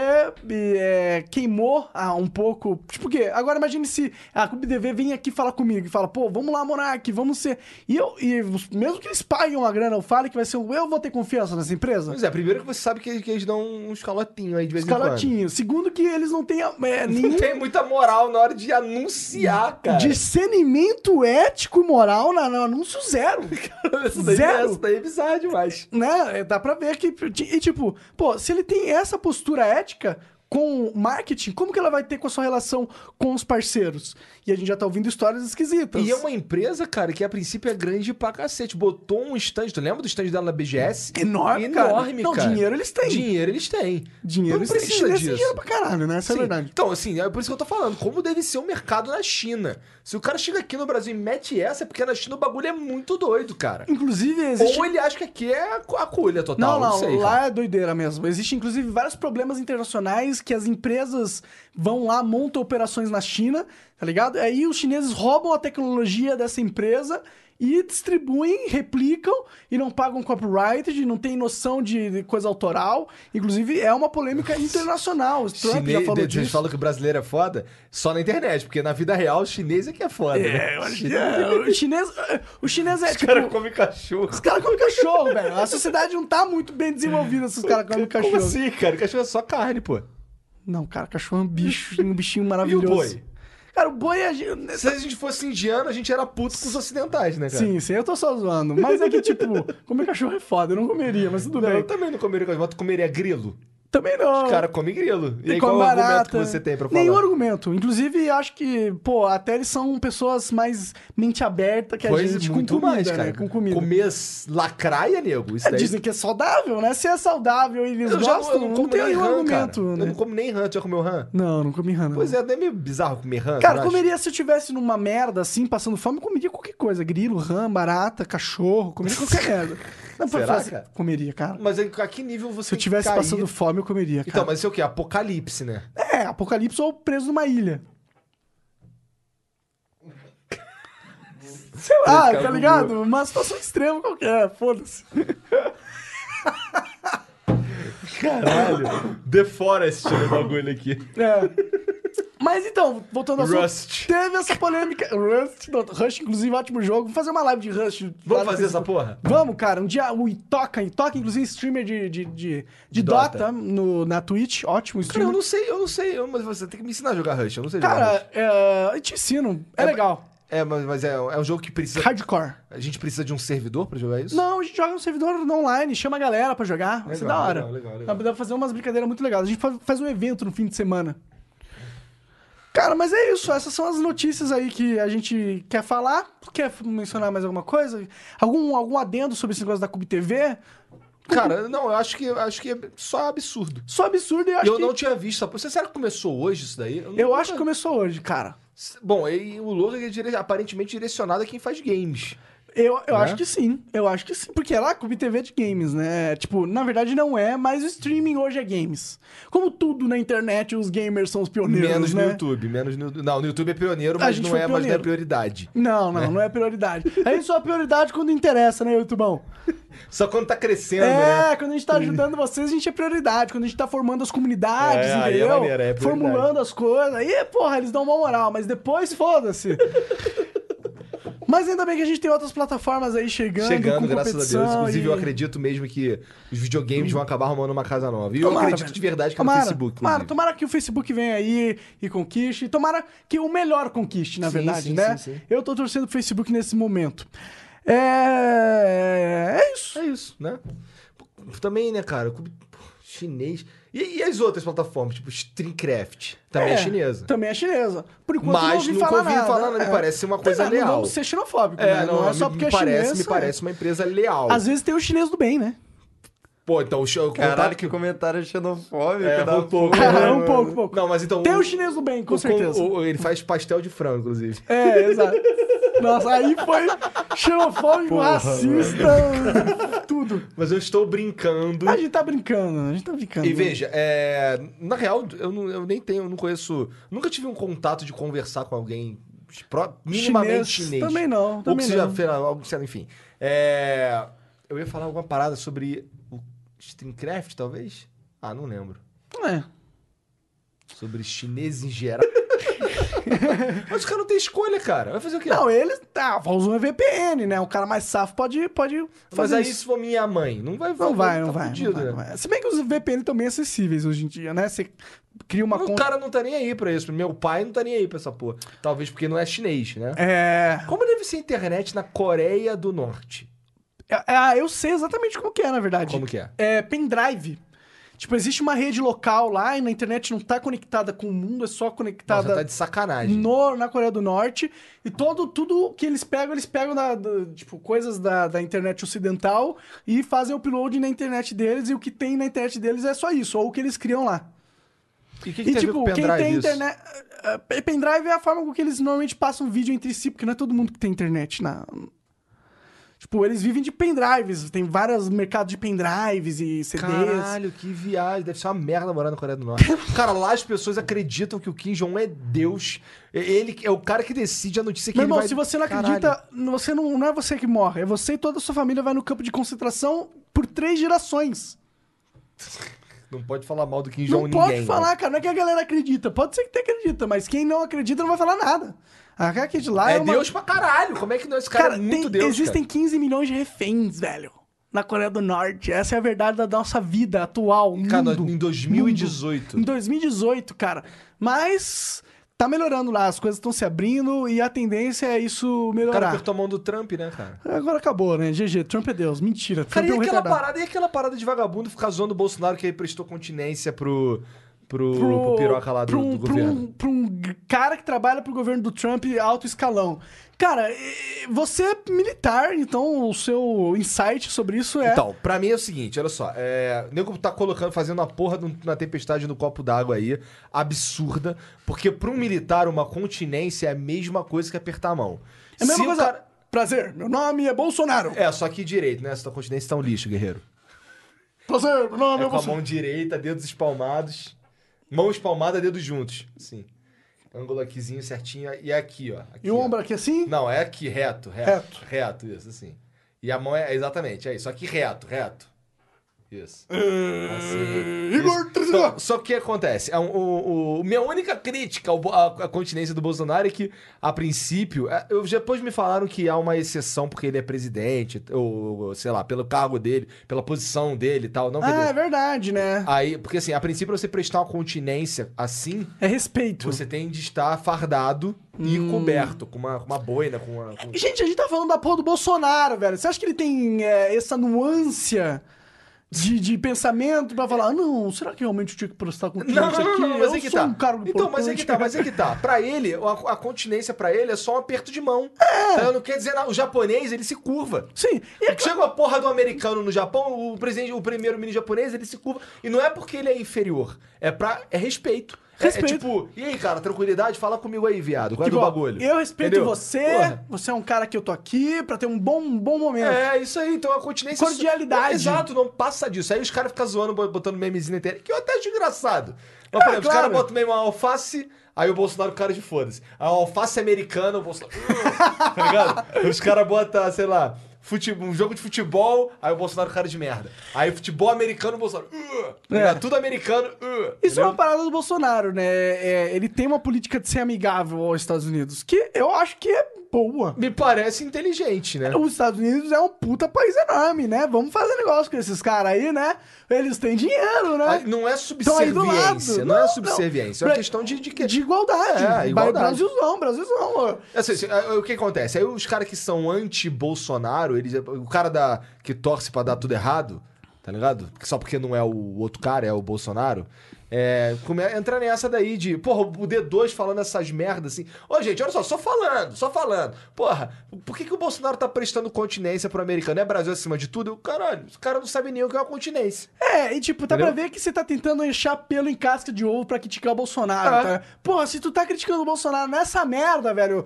Speaker 4: eh, queimou ah, um pouco. Tipo, porque agora imagine se a Clube TV vem aqui falar comigo e fala, pô, vamos lá, Monark, vamos ser. E eu, e os- mesmo que eles paguem uma grana, eu fale que vai ser um. Eu vou ter confiança nessa empresa?
Speaker 5: Pois é, primeiro que você sabe que, que eles dão um escalotinho aí de vez em
Speaker 4: Escalotinho. Segundo, que eles não têm eh,
Speaker 5: quando.
Speaker 4: nenhum
Speaker 5: Não tem muita moral na hora de anunciar, cara.
Speaker 4: discernimento ético e moral na, no anúncio zero.
Speaker 5: Isso daí,
Speaker 4: zero.
Speaker 5: Isso daí é bizarro demais.
Speaker 4: né? é, Dá pra ver que. E tipo, pô, se ele tem essa postura ética com marketing, como que ela vai ter com a sua relação com os parceiros? E a gente já tá ouvindo histórias esquisitas.
Speaker 5: E é uma empresa, cara, que a princípio é grande pra cacete. Botou um stand, tu lembra do stand dela na BGS?
Speaker 4: Enorme, cara.
Speaker 5: Enorme,
Speaker 4: Não,
Speaker 5: cara.
Speaker 4: dinheiro eles têm.
Speaker 5: Dinheiro eles têm.
Speaker 4: Dinheiro
Speaker 5: não
Speaker 4: eles
Speaker 5: precisa
Speaker 4: chinês tem
Speaker 5: disso.
Speaker 4: dinheiro pra caralho, né? Essa é
Speaker 5: Sim.
Speaker 4: a verdade.
Speaker 5: Então, assim, é por isso que eu tô falando. Como deve ser o mercado na China? Se o cara chega aqui no Brasil e mete essa, é porque na China o bagulho é muito doido, cara.
Speaker 4: Inclusive, existe.
Speaker 5: Ou ele acha que aqui é a cu- a culha total.
Speaker 4: Não, não,
Speaker 5: sei,
Speaker 4: lá
Speaker 5: cara.
Speaker 4: é doideira mesmo. Existe, inclusive, vários problemas internacionais que as empresas vão lá, montam operações na China, tá ligado? Aí os chineses roubam a tecnologia dessa empresa e distribuem, replicam e não pagam copyright, e não tem noção de de coisa autoral. Inclusive, é uma polêmica internacional. O Trump
Speaker 5: Chinês,
Speaker 4: já falou
Speaker 5: de- Vocês
Speaker 4: disso.
Speaker 5: falam que o brasileiro é foda? Só na internet, porque na vida real o chinês é que é foda. né?
Speaker 4: eu acho que é. O chinês, o chinês é
Speaker 5: Os
Speaker 4: tipo...
Speaker 5: caras comem cachorro.
Speaker 4: Os caras comem cachorro, velho. A sociedade não tá muito bem desenvolvida se os caras comem cachorro.
Speaker 5: Como assim, cara? Cachorro é só carne, pô.
Speaker 4: Não, cara, cachorro é um bicho, um bichinho maravilhoso.
Speaker 5: E o boi?
Speaker 4: Cara, o boi é. gente-
Speaker 5: Se a gente fosse indiano, a gente era puto com os ocidentais, né, cara?
Speaker 4: Sim, sim, eu tô só zoando. Mas é que, tipo, comer cachorro é foda, eu não comeria, mas tudo
Speaker 5: Não, tá-
Speaker 4: bem.
Speaker 5: eu também não comeria cachorro, mas tu comeria grilo.
Speaker 4: Também não.
Speaker 5: Os caras comem grilo. E aí,
Speaker 4: com
Speaker 5: qual é o
Speaker 4: barata. né?
Speaker 5: argumento que você tem pra falar?
Speaker 4: Nenhum argumento. Inclusive, acho que, pô, até eles são pessoas mais mente aberta que a
Speaker 5: Coisa
Speaker 4: gente
Speaker 5: muito
Speaker 4: com comida,
Speaker 5: mais, cara.
Speaker 4: Né? Com comida.
Speaker 5: Comer s- lacraia, nego. Isso
Speaker 4: É,
Speaker 5: daí...
Speaker 4: dizem que é saudável, né? Se é saudável e eles
Speaker 5: eu já
Speaker 4: gostam,
Speaker 5: eu
Speaker 4: não,
Speaker 5: como
Speaker 4: tem
Speaker 5: nem
Speaker 4: nenhum
Speaker 5: rã,
Speaker 4: argumento.
Speaker 5: cara. Eu
Speaker 4: Né?
Speaker 5: não como nem rã. Tu já comeu rã?
Speaker 4: Não, não comi rã. não.
Speaker 5: Pois é, não é meio bizarro comer
Speaker 4: Cara,
Speaker 5: rã? tu não acha?
Speaker 4: comeria se eu tivesse numa merda assim, passando fome, eu comeria qualquer coisa. Grilo, rã, barata, cachorro, comeria qualquer merda. Não, pra
Speaker 5: Será,
Speaker 4: falar assim,
Speaker 5: cara?
Speaker 4: Comeria, cara.
Speaker 5: Mas aí, a que nível você
Speaker 4: Se eu tivesse
Speaker 5: cair...
Speaker 4: passando fome, eu comeria, cara.
Speaker 5: Então, mas isso é o quê? Apocalipse, né?
Speaker 4: É, apocalipse ou preso numa ilha. Sei lá, tá ligado? Uma situação extrema qualquer, foda-se.
Speaker 5: Caralho. The Forest no bagulho aqui.
Speaker 4: É. Mas então, voltando ao assunto,
Speaker 5: Rust.
Speaker 4: teve essa polêmica. Rust, não, Rush, inclusive, ótimo jogo. Vamos fazer uma live de Rush.
Speaker 5: Vamos fazer essa porra?
Speaker 4: Vamos, cara. Um dia o Itoca, Itoca, inclusive, streamer de, de, de, de
Speaker 5: De
Speaker 4: Dota,
Speaker 5: Dota.
Speaker 4: no, na Twitch. Ótimo
Speaker 5: Cara, eu
Speaker 4: streamer.
Speaker 5: não sei, eu não sei. eu- Mas você tem que me ensinar a jogar Rush. Eu não sei jogar Rush.
Speaker 4: Cara, é, eu te ensino. É,
Speaker 5: É,
Speaker 4: legal.
Speaker 5: É, mas, mas é, é um jogo que precisa...
Speaker 4: Hardcore.
Speaker 5: A gente precisa de um servidor pra jogar isso?
Speaker 4: Não, a gente joga no servidor online, chama a galera pra jogar. Vai ser da
Speaker 5: Legal,
Speaker 4: hora.
Speaker 5: legal, legal, legal.
Speaker 4: Dá pra- Dá pra fazer umas brincadeiras muito legais. A gente fa- faz um evento no fim de semana. Cara, mas é isso. Essas são as notícias aí que a gente quer falar. Quer mencionar mais alguma coisa? Algum, algum adendo sobre esse negócio da Cube TV?
Speaker 5: Cara, não, eu acho que, eu acho que é só absurdo.
Speaker 4: Só absurdo e eu
Speaker 5: E
Speaker 4: acho
Speaker 5: eu
Speaker 4: que.
Speaker 5: não tinha visto. Você será que começou hoje isso daí? não-
Speaker 4: Eu acho que começou hoje, cara.
Speaker 5: Bom, e o logo é dire- aparentemente direcionado a quem faz games.
Speaker 4: Eu, eu
Speaker 5: Né?
Speaker 4: acho que sim, eu acho que sim, porque é lá Cube TV de games, né? Tipo, na verdade não é, mas o streaming hoje é games. Como tudo na internet, os gamers são os pioneiros,
Speaker 5: menos
Speaker 4: né?
Speaker 5: no YouTube, menos no Não, no YouTube é pioneiro,
Speaker 4: A
Speaker 5: mas
Speaker 4: gente
Speaker 5: não
Speaker 4: foi
Speaker 5: é, mas não é
Speaker 4: pioneiro.
Speaker 5: prioridade.
Speaker 4: Não,
Speaker 5: Né?
Speaker 4: não, não é prioridade. Aí só é prioridade quando interessa, né, YouTubão?
Speaker 5: Só quando tá crescendo, né?
Speaker 4: É, quando a gente tá ajudando vocês, a gente é prioridade. Quando a gente tá formando as comunidades,
Speaker 5: É, aí é
Speaker 4: entendeu?
Speaker 5: maneiro, é prioridade.
Speaker 4: Formulando as coisas. Aí, porra, eles dão uma moral, mas depois, foda-se. Mas ainda bem que a gente tem outras plataformas aí chegando.
Speaker 5: Chegando,
Speaker 4: com
Speaker 5: graças a Deus.
Speaker 4: competição e-
Speaker 5: Inclusive, eu acredito mesmo que os videogames vão acabar arrumando uma casa nova. E eu
Speaker 4: Tomara,
Speaker 5: acredito
Speaker 4: velho.
Speaker 5: de verdade que é no
Speaker 4: tomara,
Speaker 5: Facebook.
Speaker 4: Tomara,
Speaker 5: inclusive.
Speaker 4: tomara que o Facebook venha aí e conquiste. Tomara que o melhor conquiste, na
Speaker 5: Sim,
Speaker 4: verdade,
Speaker 5: sim,
Speaker 4: né?
Speaker 5: sim, sim.
Speaker 4: Eu tô torcendo pro Facebook nesse momento. É. É isso.
Speaker 5: É isso, né? Pô, Também, né, cara? Cub- pô, Chinês. E, e as outras plataformas, tipo Streamcraft? Também é, chinesa.
Speaker 4: Também é chinesa. Por enquanto,
Speaker 5: Mas
Speaker 4: não ouvi
Speaker 5: nunca
Speaker 4: falar
Speaker 5: ouvi
Speaker 4: nada.
Speaker 5: falar, me parece ser uma
Speaker 4: Tem
Speaker 5: coisa
Speaker 4: nada, Não
Speaker 5: leal.
Speaker 4: vamos ser xenofóbico,
Speaker 5: É,
Speaker 4: né?
Speaker 5: não,
Speaker 4: Não, é só
Speaker 5: me-
Speaker 4: porque
Speaker 5: me
Speaker 4: é
Speaker 5: parece,
Speaker 4: chinesa. é.
Speaker 5: Me parece uma empresa leal.
Speaker 4: Às vezes tem o chinês do bem, né?
Speaker 5: Pô, então o show.
Speaker 6: Caralho, que comentário xenofóbico.
Speaker 5: É,
Speaker 6: da
Speaker 5: um pouco.
Speaker 6: porra,
Speaker 4: Cara, um
Speaker 6: mano.
Speaker 4: pouco, um pouco.
Speaker 5: Não, mas então.
Speaker 4: Tem
Speaker 5: o-
Speaker 4: o chinês do bem, com
Speaker 5: o-
Speaker 4: certeza.
Speaker 5: o- ele faz pastel de frango, inclusive.
Speaker 4: É, exato. Nossa, aí foi xenofóbico, racista, tudo.
Speaker 5: Mas eu estou brincando.
Speaker 4: A gente tá brincando, a gente tá brincando.
Speaker 5: E veja, é, na real, eu, não- eu nem tenho, eu não conheço. Nunca tive um contato de conversar com alguém pró- minimamente
Speaker 4: Chinês,
Speaker 5: chinês.
Speaker 4: também não,
Speaker 5: Ou
Speaker 4: também
Speaker 5: que seja,
Speaker 4: não.
Speaker 5: sei lá, algo, sei lá, enfim. É, eu ia falar alguma parada sobre o Streamcraft, talvez? Ah, não lembro.
Speaker 4: É.
Speaker 5: Sobre chinês em geral. Mas o cara não tem escolha, cara. Vai fazer o quê?
Speaker 4: Não, eles. Tá, vão usar um VPN, né? Um cara mais safo pode, pode
Speaker 5: Mas
Speaker 4: fazer
Speaker 5: aí
Speaker 4: isso.
Speaker 5: se for minha mãe, não vai
Speaker 4: Não vai,
Speaker 5: tá
Speaker 4: não vai, não
Speaker 5: fudido,
Speaker 4: vai,
Speaker 5: né?
Speaker 4: não vai. Se bem que os VPN estão bem acessíveis hoje em dia, né? Você cria uma
Speaker 5: O
Speaker 4: conta.
Speaker 5: cara não tá nem aí pra isso. Meu pai não tá nem aí pra essa porra. Talvez porque não é chinês, né?
Speaker 4: É...
Speaker 5: Como deve ser a internet na Coreia do Norte?
Speaker 4: é- Ah, eu sei exatamente como que é, na verdade.
Speaker 5: Como que é?
Speaker 4: É pendrive. Tipo, existe uma rede local lá e na internet não tá conectada com o mundo, é só
Speaker 5: Nossa,
Speaker 4: conectada
Speaker 5: tá de sacanagem.
Speaker 4: no, na Coreia do Norte. E todo, tudo que eles pegam, eles pegam da, da- tipo, coisas da, da internet ocidental e fazem upload na internet deles. E o que tem na internet deles é só isso, ou o que eles criam lá.
Speaker 5: E o que, que
Speaker 4: E
Speaker 5: tem a ver com
Speaker 4: tipo, quem
Speaker 5: pendrive
Speaker 4: tem
Speaker 5: isso?
Speaker 4: internet. eh, eh, Pendrive é a forma com que eles normalmente passam vídeo entre si, porque não é todo mundo que tem internet na. Tipo, eles vivem de pendrives. Tem vários mercados de pendrives e CDs.
Speaker 5: Caralho, que viagem. Deve ser uma merda morar na Coreia do Norte. Cara, lá as pessoas acreditam que o Kim Jong-un é Deus. Ele é o cara que decide a notícia que
Speaker 4: Meu
Speaker 5: ele
Speaker 4: irmão,
Speaker 5: vai...
Speaker 4: se você não
Speaker 5: Caralho.
Speaker 4: acredita, você não, não é você que morre, é você e toda a sua família vai no campo de concentração por três gerações.
Speaker 5: Não pode falar mal do Kim
Speaker 4: Não
Speaker 5: Jong-un
Speaker 4: pode
Speaker 5: ninguém. né?
Speaker 4: falar, cara. Não é que a galera acredita. Pode ser que tenha acredita, mas quem não acredita não vai falar nada. A cara de lá
Speaker 5: Né?
Speaker 4: é,
Speaker 5: É
Speaker 4: uma...
Speaker 5: Deus pra caralho. Como é que não? Esse cara,
Speaker 4: Cara,
Speaker 5: é muito
Speaker 4: tem-
Speaker 5: Deus,
Speaker 4: existem 15 milhões de reféns, velho. Na Coreia do Norte. Essa é a verdade da nossa vida atual. Mundo.
Speaker 5: Cara, Cara, em 2018.
Speaker 4: Em 2018, cara. Mas tá melhorando lá, as coisas estão se abrindo e a tendência é isso
Speaker 5: O cara
Speaker 4: melhorar.
Speaker 5: apertou a mão do Trump, né, cara?
Speaker 4: Agora acabou, né? GG, Trump é Deus. Mentira, Trump
Speaker 5: Cara, e
Speaker 4: é um
Speaker 5: aquela,
Speaker 4: retardado.
Speaker 5: parada, e aquela parada de vagabundo ficar zoando o Bolsonaro que aí prestou continência pro, pro,
Speaker 4: Pro-
Speaker 5: pro piroca lá do,
Speaker 4: pra um,
Speaker 5: do
Speaker 4: pra um-
Speaker 5: governo?
Speaker 4: pra um g- cara que trabalha pro governo do Trump alto escalão. Cara, e- você é militar, então o seu insight sobre isso é.
Speaker 5: Então, pra mim é o seguinte, olha só. É, o nego tá colocando, fazendo a porra de um- na tempestade no copo d'água aí, absurda, porque pra um militar uma continência é a mesma coisa que apertar a mão.
Speaker 4: é a mesma
Speaker 5: Se o
Speaker 4: coisa.
Speaker 5: cara-
Speaker 4: Prazer, meu nome é Bolsonaro.
Speaker 5: É, só que direito, né? Essa tua continência tá um lixo, guerreiro.
Speaker 4: Prazer, meu nome
Speaker 5: É
Speaker 4: é,
Speaker 5: com a
Speaker 4: Bolsonaro.
Speaker 5: mão direita, dedos espalmados. Mão espalmada, dedos juntos. Sim. Ângulo aquizinho certinho. E é aqui, ó. Aqui,
Speaker 4: E o
Speaker 5: ó.
Speaker 4: ombro aqui assim?
Speaker 5: Não, é aqui, reto, reto. Reto. isso, assim. E a mão é, é exatamente, é isso. Aqui, reto, reto. Isso. Assim.
Speaker 4: Igor
Speaker 5: Isso.
Speaker 4: Trizidó.
Speaker 5: Então, Só que o que acontece? É um- o, o- minha única crítica ao bo- à, à continência do Bolsonaro é que, a princípio, é, eu, depois me falaram que há uma exceção porque ele é presidente, ou sei lá, pelo cargo dele, pela posição dele e tal. Não,
Speaker 4: Ah, é
Speaker 5: beleza.
Speaker 4: verdade, né?
Speaker 5: Aí, porque assim, a princípio você prestar uma continência assim,
Speaker 4: É respeito.
Speaker 5: você tem de estar fardado e
Speaker 4: Hum.
Speaker 5: coberto, com uma, com uma boina, com uma. com-
Speaker 4: Gente, a gente tá falando da porra do Bolsonaro, velho. Você acha que ele tem é, essa nuância de, de pensamento pra falar, "Ah, não, será que realmente eu tinha que prestar continência
Speaker 5: Não, não, não,
Speaker 4: aqui?
Speaker 5: não, mas
Speaker 4: eu
Speaker 5: é que
Speaker 4: sou
Speaker 5: tá.
Speaker 4: um cargo
Speaker 5: então, mas é que tá, mas é que tá. Pra ele, a, a continência pra ele é só um aperto de mão. É. Não quer dizer nada. O japonês, ele se curva.
Speaker 4: Sim, e é
Speaker 5: Chega a porra do americano no Japão, o presidente, o primeiro-ministro japonês, ele se curva. E não é porque ele é inferior. É pra. É respeito. É-
Speaker 4: Respeito.
Speaker 5: É, tipo, e aí, cara, tranquilidade, fala comigo aí, viado. Qual é do
Speaker 4: igual,
Speaker 5: bagulho?
Speaker 4: tipo, Eu respeito
Speaker 5: Entendeu?
Speaker 4: você,
Speaker 5: Porra.
Speaker 4: você é um cara que eu tô aqui pra ter um bom, um bom momento.
Speaker 5: É, isso aí, então a continência.
Speaker 4: Cordialidade.
Speaker 5: Exato, não passa disso. Aí os caras ficam zoando, botando memezinho na internet, que eu até acho engraçado. Mas, por exemplo, os
Speaker 4: Ah, claro.
Speaker 5: caras botam meme uma alface, aí o Bolsonaro, cara de foda-se. A alface é americana, o Bolsonaro. tá ligado? Os caras botam, sei lá. fute- um jogo de futebol, aí o Bolsonaro cara de merda. Aí futebol americano, o Bolsonaro. "Uh", tá ligado? Tudo americano. "Uh",
Speaker 4: É. Isso é
Speaker 5: entendeu?
Speaker 4: uma parada do Bolsonaro, né? É, ele tem uma política de ser amigável aos Estados Unidos, que eu acho que é boa.
Speaker 5: Me parece inteligente, né?
Speaker 4: Os Estados Unidos é um puta país enorme, né? Vamos fazer negócio com esses caras aí, né? Eles têm dinheiro, né?
Speaker 5: Ah, Não é
Speaker 4: Tão aí do lado.
Speaker 5: subserviência, não, é subserviência, é uma
Speaker 4: Bra-
Speaker 5: questão de, de, que-
Speaker 4: de igualdade.
Speaker 5: É,
Speaker 4: Ba-
Speaker 5: igualdade.
Speaker 4: Brasilzão, Brasilzão. ó.
Speaker 5: Assim, assim, aí, o que acontece? Aí os caras que são anti-Bolsonaro, eles, o cara da, que torce pra dar tudo errado, tá ligado? Só porque não é o outro cara, é o Bolsonaro. É, come- entra nessa daí de, porra, o D2 falando essas merdas assim. Ô, gente, olha só, só falando, só falando. Porra, por que, que o Bolsonaro tá prestando continência pro americano? É Brasil acima de tudo? Eu, Caralho, o cara não sabe nem o que é uma continência.
Speaker 4: É, e tipo, tá
Speaker 5: Entendeu?
Speaker 4: pra ver que você tá tentando enchar pelo em casca de ovo pra criticar o Bolsonaro,
Speaker 5: É.
Speaker 4: tá? Porra, se tu tá criticando o Bolsonaro nessa merda, velho.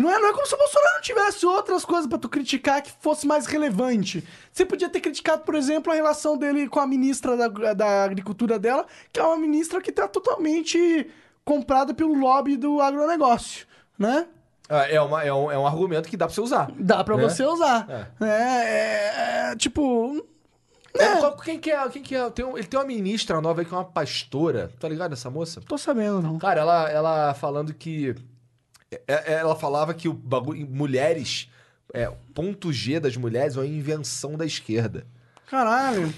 Speaker 4: Não é, não é como se o Bolsonaro não tivesse outras coisas pra tu criticar que fosse mais relevante. Você podia ter criticado, por exemplo, a relação dele com a ministra da, da Agricultura dela, que é uma ministra que tá totalmente comprada pelo lobby do agronegócio, né?
Speaker 5: Ah, É, uma- é um, é um argumento que dá pra você usar.
Speaker 4: Dá pra
Speaker 5: É.
Speaker 4: você usar.
Speaker 5: É.
Speaker 4: né? É, é, tipo,
Speaker 5: É, qual- Quem que é? Quem que é? Tem um- ele tem uma ministra nova aí que é uma pastora. Tá ligado essa moça?
Speaker 4: tô sabendo, não.
Speaker 5: Cara, ela, ela falando que. é- é- Ela falava que o bagulho. Mulheres. É, ponto G das mulheres é uma invenção da esquerda.
Speaker 4: Caralho.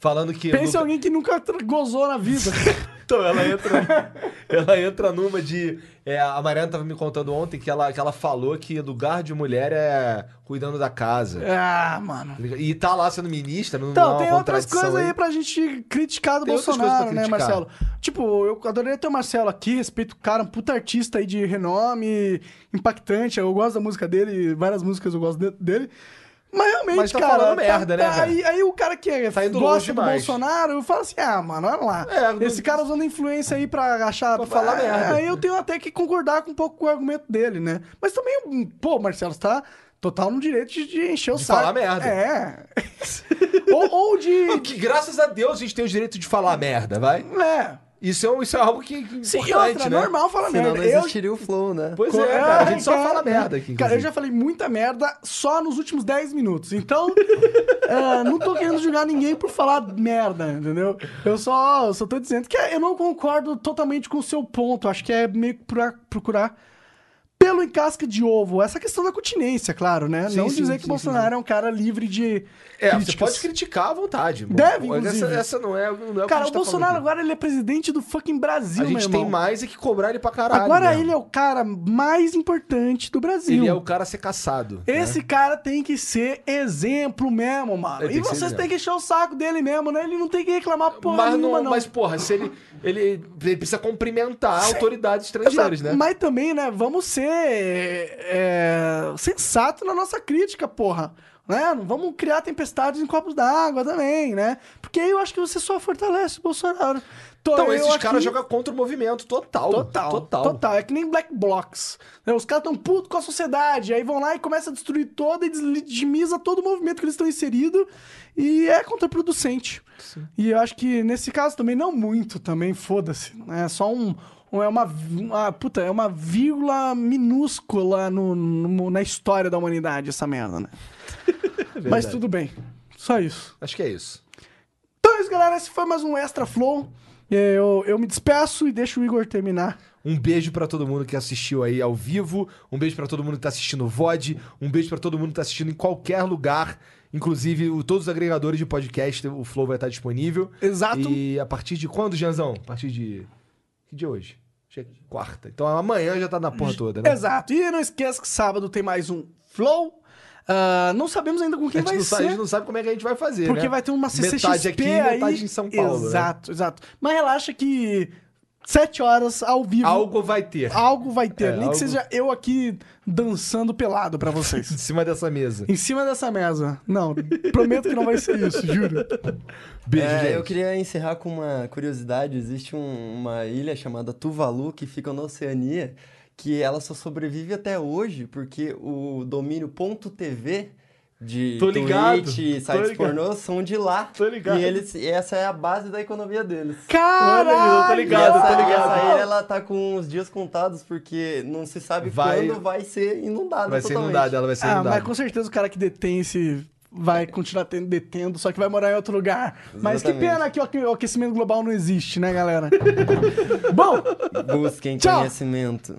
Speaker 5: Falando que.
Speaker 4: Pensa em
Speaker 5: nunca-
Speaker 4: alguém que nunca tr- gozou na vida.
Speaker 5: Então, ela entra, ela entra numa de. é, a Mariana tava me contando ontem que ela, que ela falou que lugar de mulher é cuidando da casa.
Speaker 4: ah, mano.
Speaker 5: E tá lá sendo ministra, não não é
Speaker 4: Então,
Speaker 5: uma
Speaker 4: tem outras
Speaker 5: contradição
Speaker 4: coisas aí pra gente criticar do
Speaker 5: Tem outras coisas pra
Speaker 4: Bolsonaro, né,
Speaker 5: criticar.
Speaker 4: Marcelo? Tipo, eu adoraria ter o Marcelo aqui, respeito o cara, um puta artista aí de renome, impactante. Eu gosto da música dele, várias músicas eu gosto de- dele. Mas realmente,
Speaker 5: Mas tá
Speaker 4: cara.
Speaker 5: falando merda, né, cara?
Speaker 4: Aí, aí o cara que é-
Speaker 5: Tá indo longe
Speaker 4: gosta do
Speaker 5: demais.
Speaker 4: Bolsonaro, eu falo assim: ah, mano, olha lá.
Speaker 5: É, não-
Speaker 4: Esse cara usando influência aí pra achar.
Speaker 5: Pra falar
Speaker 4: Ah,
Speaker 5: merda.
Speaker 4: Aí eu tenho até que concordar com um pouco com o argumento dele, né? Mas também, hum, pô, Marcelo, você tá total no direito de, de encher o
Speaker 5: De
Speaker 4: saco.
Speaker 5: falar merda.
Speaker 4: É. ou, ou de.
Speaker 5: Que graças a Deus a gente tem o direito de falar merda, vai?
Speaker 4: É.
Speaker 5: Isso é, um- isso é algo que. que
Speaker 4: Sim,
Speaker 5: importante,
Speaker 4: outra,
Speaker 5: né?
Speaker 4: normal falar
Speaker 6: Senão
Speaker 4: merda.
Speaker 6: não
Speaker 4: Eu-
Speaker 6: existiria o flow, né?
Speaker 5: Pois tipo é, cara, a gente só
Speaker 4: Cara,
Speaker 5: fala merda aqui.
Speaker 4: Cara, eu
Speaker 5: inclusive.
Speaker 4: já falei muita merda só nos últimos 10 minutos. Então, é, não tô querendo julgar ninguém por falar merda, entendeu? Eu só, eu só tô dizendo que eu não concordo totalmente com o seu ponto. Acho que é meio que pra- procurar pelo encasca de ovo. Essa questão da continência, claro, né?
Speaker 5: Sim,
Speaker 4: não
Speaker 5: sim,
Speaker 4: dizer
Speaker 5: sim,
Speaker 4: que
Speaker 5: sim.
Speaker 4: Bolsonaro é um cara livre de.
Speaker 5: É, você
Speaker 4: críticas.
Speaker 5: pode criticar à vontade. mano.
Speaker 4: Deve,
Speaker 5: Mas essa,
Speaker 4: inclusive.
Speaker 5: essa não é, não é o que a
Speaker 4: Cara, o
Speaker 5: gente tá
Speaker 4: Bolsonaro
Speaker 5: falando
Speaker 4: agora ele é presidente do fucking Brasil,
Speaker 5: aqui. A
Speaker 4: meu
Speaker 5: gente
Speaker 4: irmão.
Speaker 5: tem mais é que cobrar ele pra caralho.
Speaker 4: Agora
Speaker 5: né?
Speaker 4: ele é o cara mais importante do Brasil.
Speaker 5: Ele é o cara a ser caçado. né?
Speaker 4: Esse cara tem que ser exemplo mesmo, mano.
Speaker 5: Ele
Speaker 4: E
Speaker 5: tem que ser
Speaker 4: vocês
Speaker 5: exemplo.
Speaker 4: têm que encher o saco dele mesmo, né? Ele não tem que reclamar porra
Speaker 5: mas,
Speaker 4: nenhuma,
Speaker 5: não,
Speaker 4: não.
Speaker 5: mas, porra, se ele, ele, ele precisa cumprimentar autoridades
Speaker 4: Exato.
Speaker 5: estrangeiras, né?
Speaker 4: Mas também, né? Vamos ser é, sensato na nossa crítica, porra. Né? Não vamos criar tempestades em copos d'água também, né? Porque aí eu acho que você só fortalece o Bolsonaro. Tô
Speaker 5: Então,
Speaker 4: eu
Speaker 5: esses caras
Speaker 4: aqui-
Speaker 5: jogam contra o movimento total.
Speaker 4: Total, total.
Speaker 5: Total.
Speaker 4: É que nem black blocks. né? Os caras tão putos com a sociedade, aí vão lá e começam a destruir toda e deslegitimiza todo o movimento que eles estão inseridos e é contraproducente. E eu acho que nesse caso também não muito, também foda-se. É só um, um- é uma, uma- puta, é uma vírgula minúscula no- no- na história da humanidade essa merda, né? Mas tudo bem. Só isso.
Speaker 5: é Acho que é isso.
Speaker 4: Então é isso, galera. Esse foi mais um Extra Flow. Eu, eu me despeço e deixo o Igor terminar.
Speaker 5: Um beijo pra todo mundo que assistiu aí ao vivo, um beijo pra todo mundo que tá assistindo o VOD, um beijo pra todo mundo que tá assistindo em qualquer lugar, inclusive o- todos os agregadores de podcast, o Flow vai estar disponível.
Speaker 4: Exato.
Speaker 5: E a partir de quando, Janzão? A partir de que dia é hoje? Hoje é quarta. Então amanhã já tá na porra toda, né?
Speaker 4: Exato. E não esqueça que sábado tem mais um Flow. Ah, não sabemos ainda com
Speaker 5: A
Speaker 4: quem
Speaker 5: gente,
Speaker 4: vai
Speaker 5: não sabe, a gente
Speaker 4: ser.
Speaker 5: não sabe como é que a gente vai fazer,
Speaker 4: Porque
Speaker 5: né?
Speaker 4: vai ter uma CCXP
Speaker 5: Metade aqui,
Speaker 4: aí.
Speaker 5: metade em São Paulo, né?
Speaker 4: Exato, exato. Mas relaxa que sete horas ao vivo algo,
Speaker 5: Algo vai ter
Speaker 4: vai ter.
Speaker 5: É,
Speaker 4: Nem
Speaker 5: algo-
Speaker 4: que seja eu aqui dançando pelado pra
Speaker 5: em
Speaker 4: vocês.
Speaker 5: cima dessa mesa.
Speaker 4: em cima dessa mesa. Não, prometo que não vai ser isso, juro.
Speaker 5: Beijo,
Speaker 6: É,
Speaker 5: gente.
Speaker 6: eu queria encerrar com uma curiosidade. Existe um- uma ilha chamada Tuvalu que fica na Oceania, que ela só sobrevive até hoje porque o domínio .tv de
Speaker 5: Tô ligado,
Speaker 6: Twitch
Speaker 5: tô
Speaker 6: e sites
Speaker 5: ligado.
Speaker 6: pornô são de lá.
Speaker 5: Tô ligado.
Speaker 6: E, eles, e essa é a base da economia deles.
Speaker 4: Caralho!
Speaker 5: tô ligado,
Speaker 6: e essa,
Speaker 5: tô ligado.
Speaker 6: essa ilha ela tá com os dias contados porque não se sabe
Speaker 5: Vai-
Speaker 6: quando vai ser inundada
Speaker 5: Vai ser
Speaker 6: totalmente.
Speaker 5: inundada, ela vai ser
Speaker 4: Ah,
Speaker 5: inundada.
Speaker 4: mas com certeza o cara que detém esse vai continuar tendo, detendo, só que vai morar em outro lugar. Mas que
Speaker 6: Exatamente.
Speaker 4: pena que o aque- o aquecimento global não existe, né, galera? Bom,
Speaker 6: Busquem
Speaker 4: Tchau.
Speaker 6: conhecimento.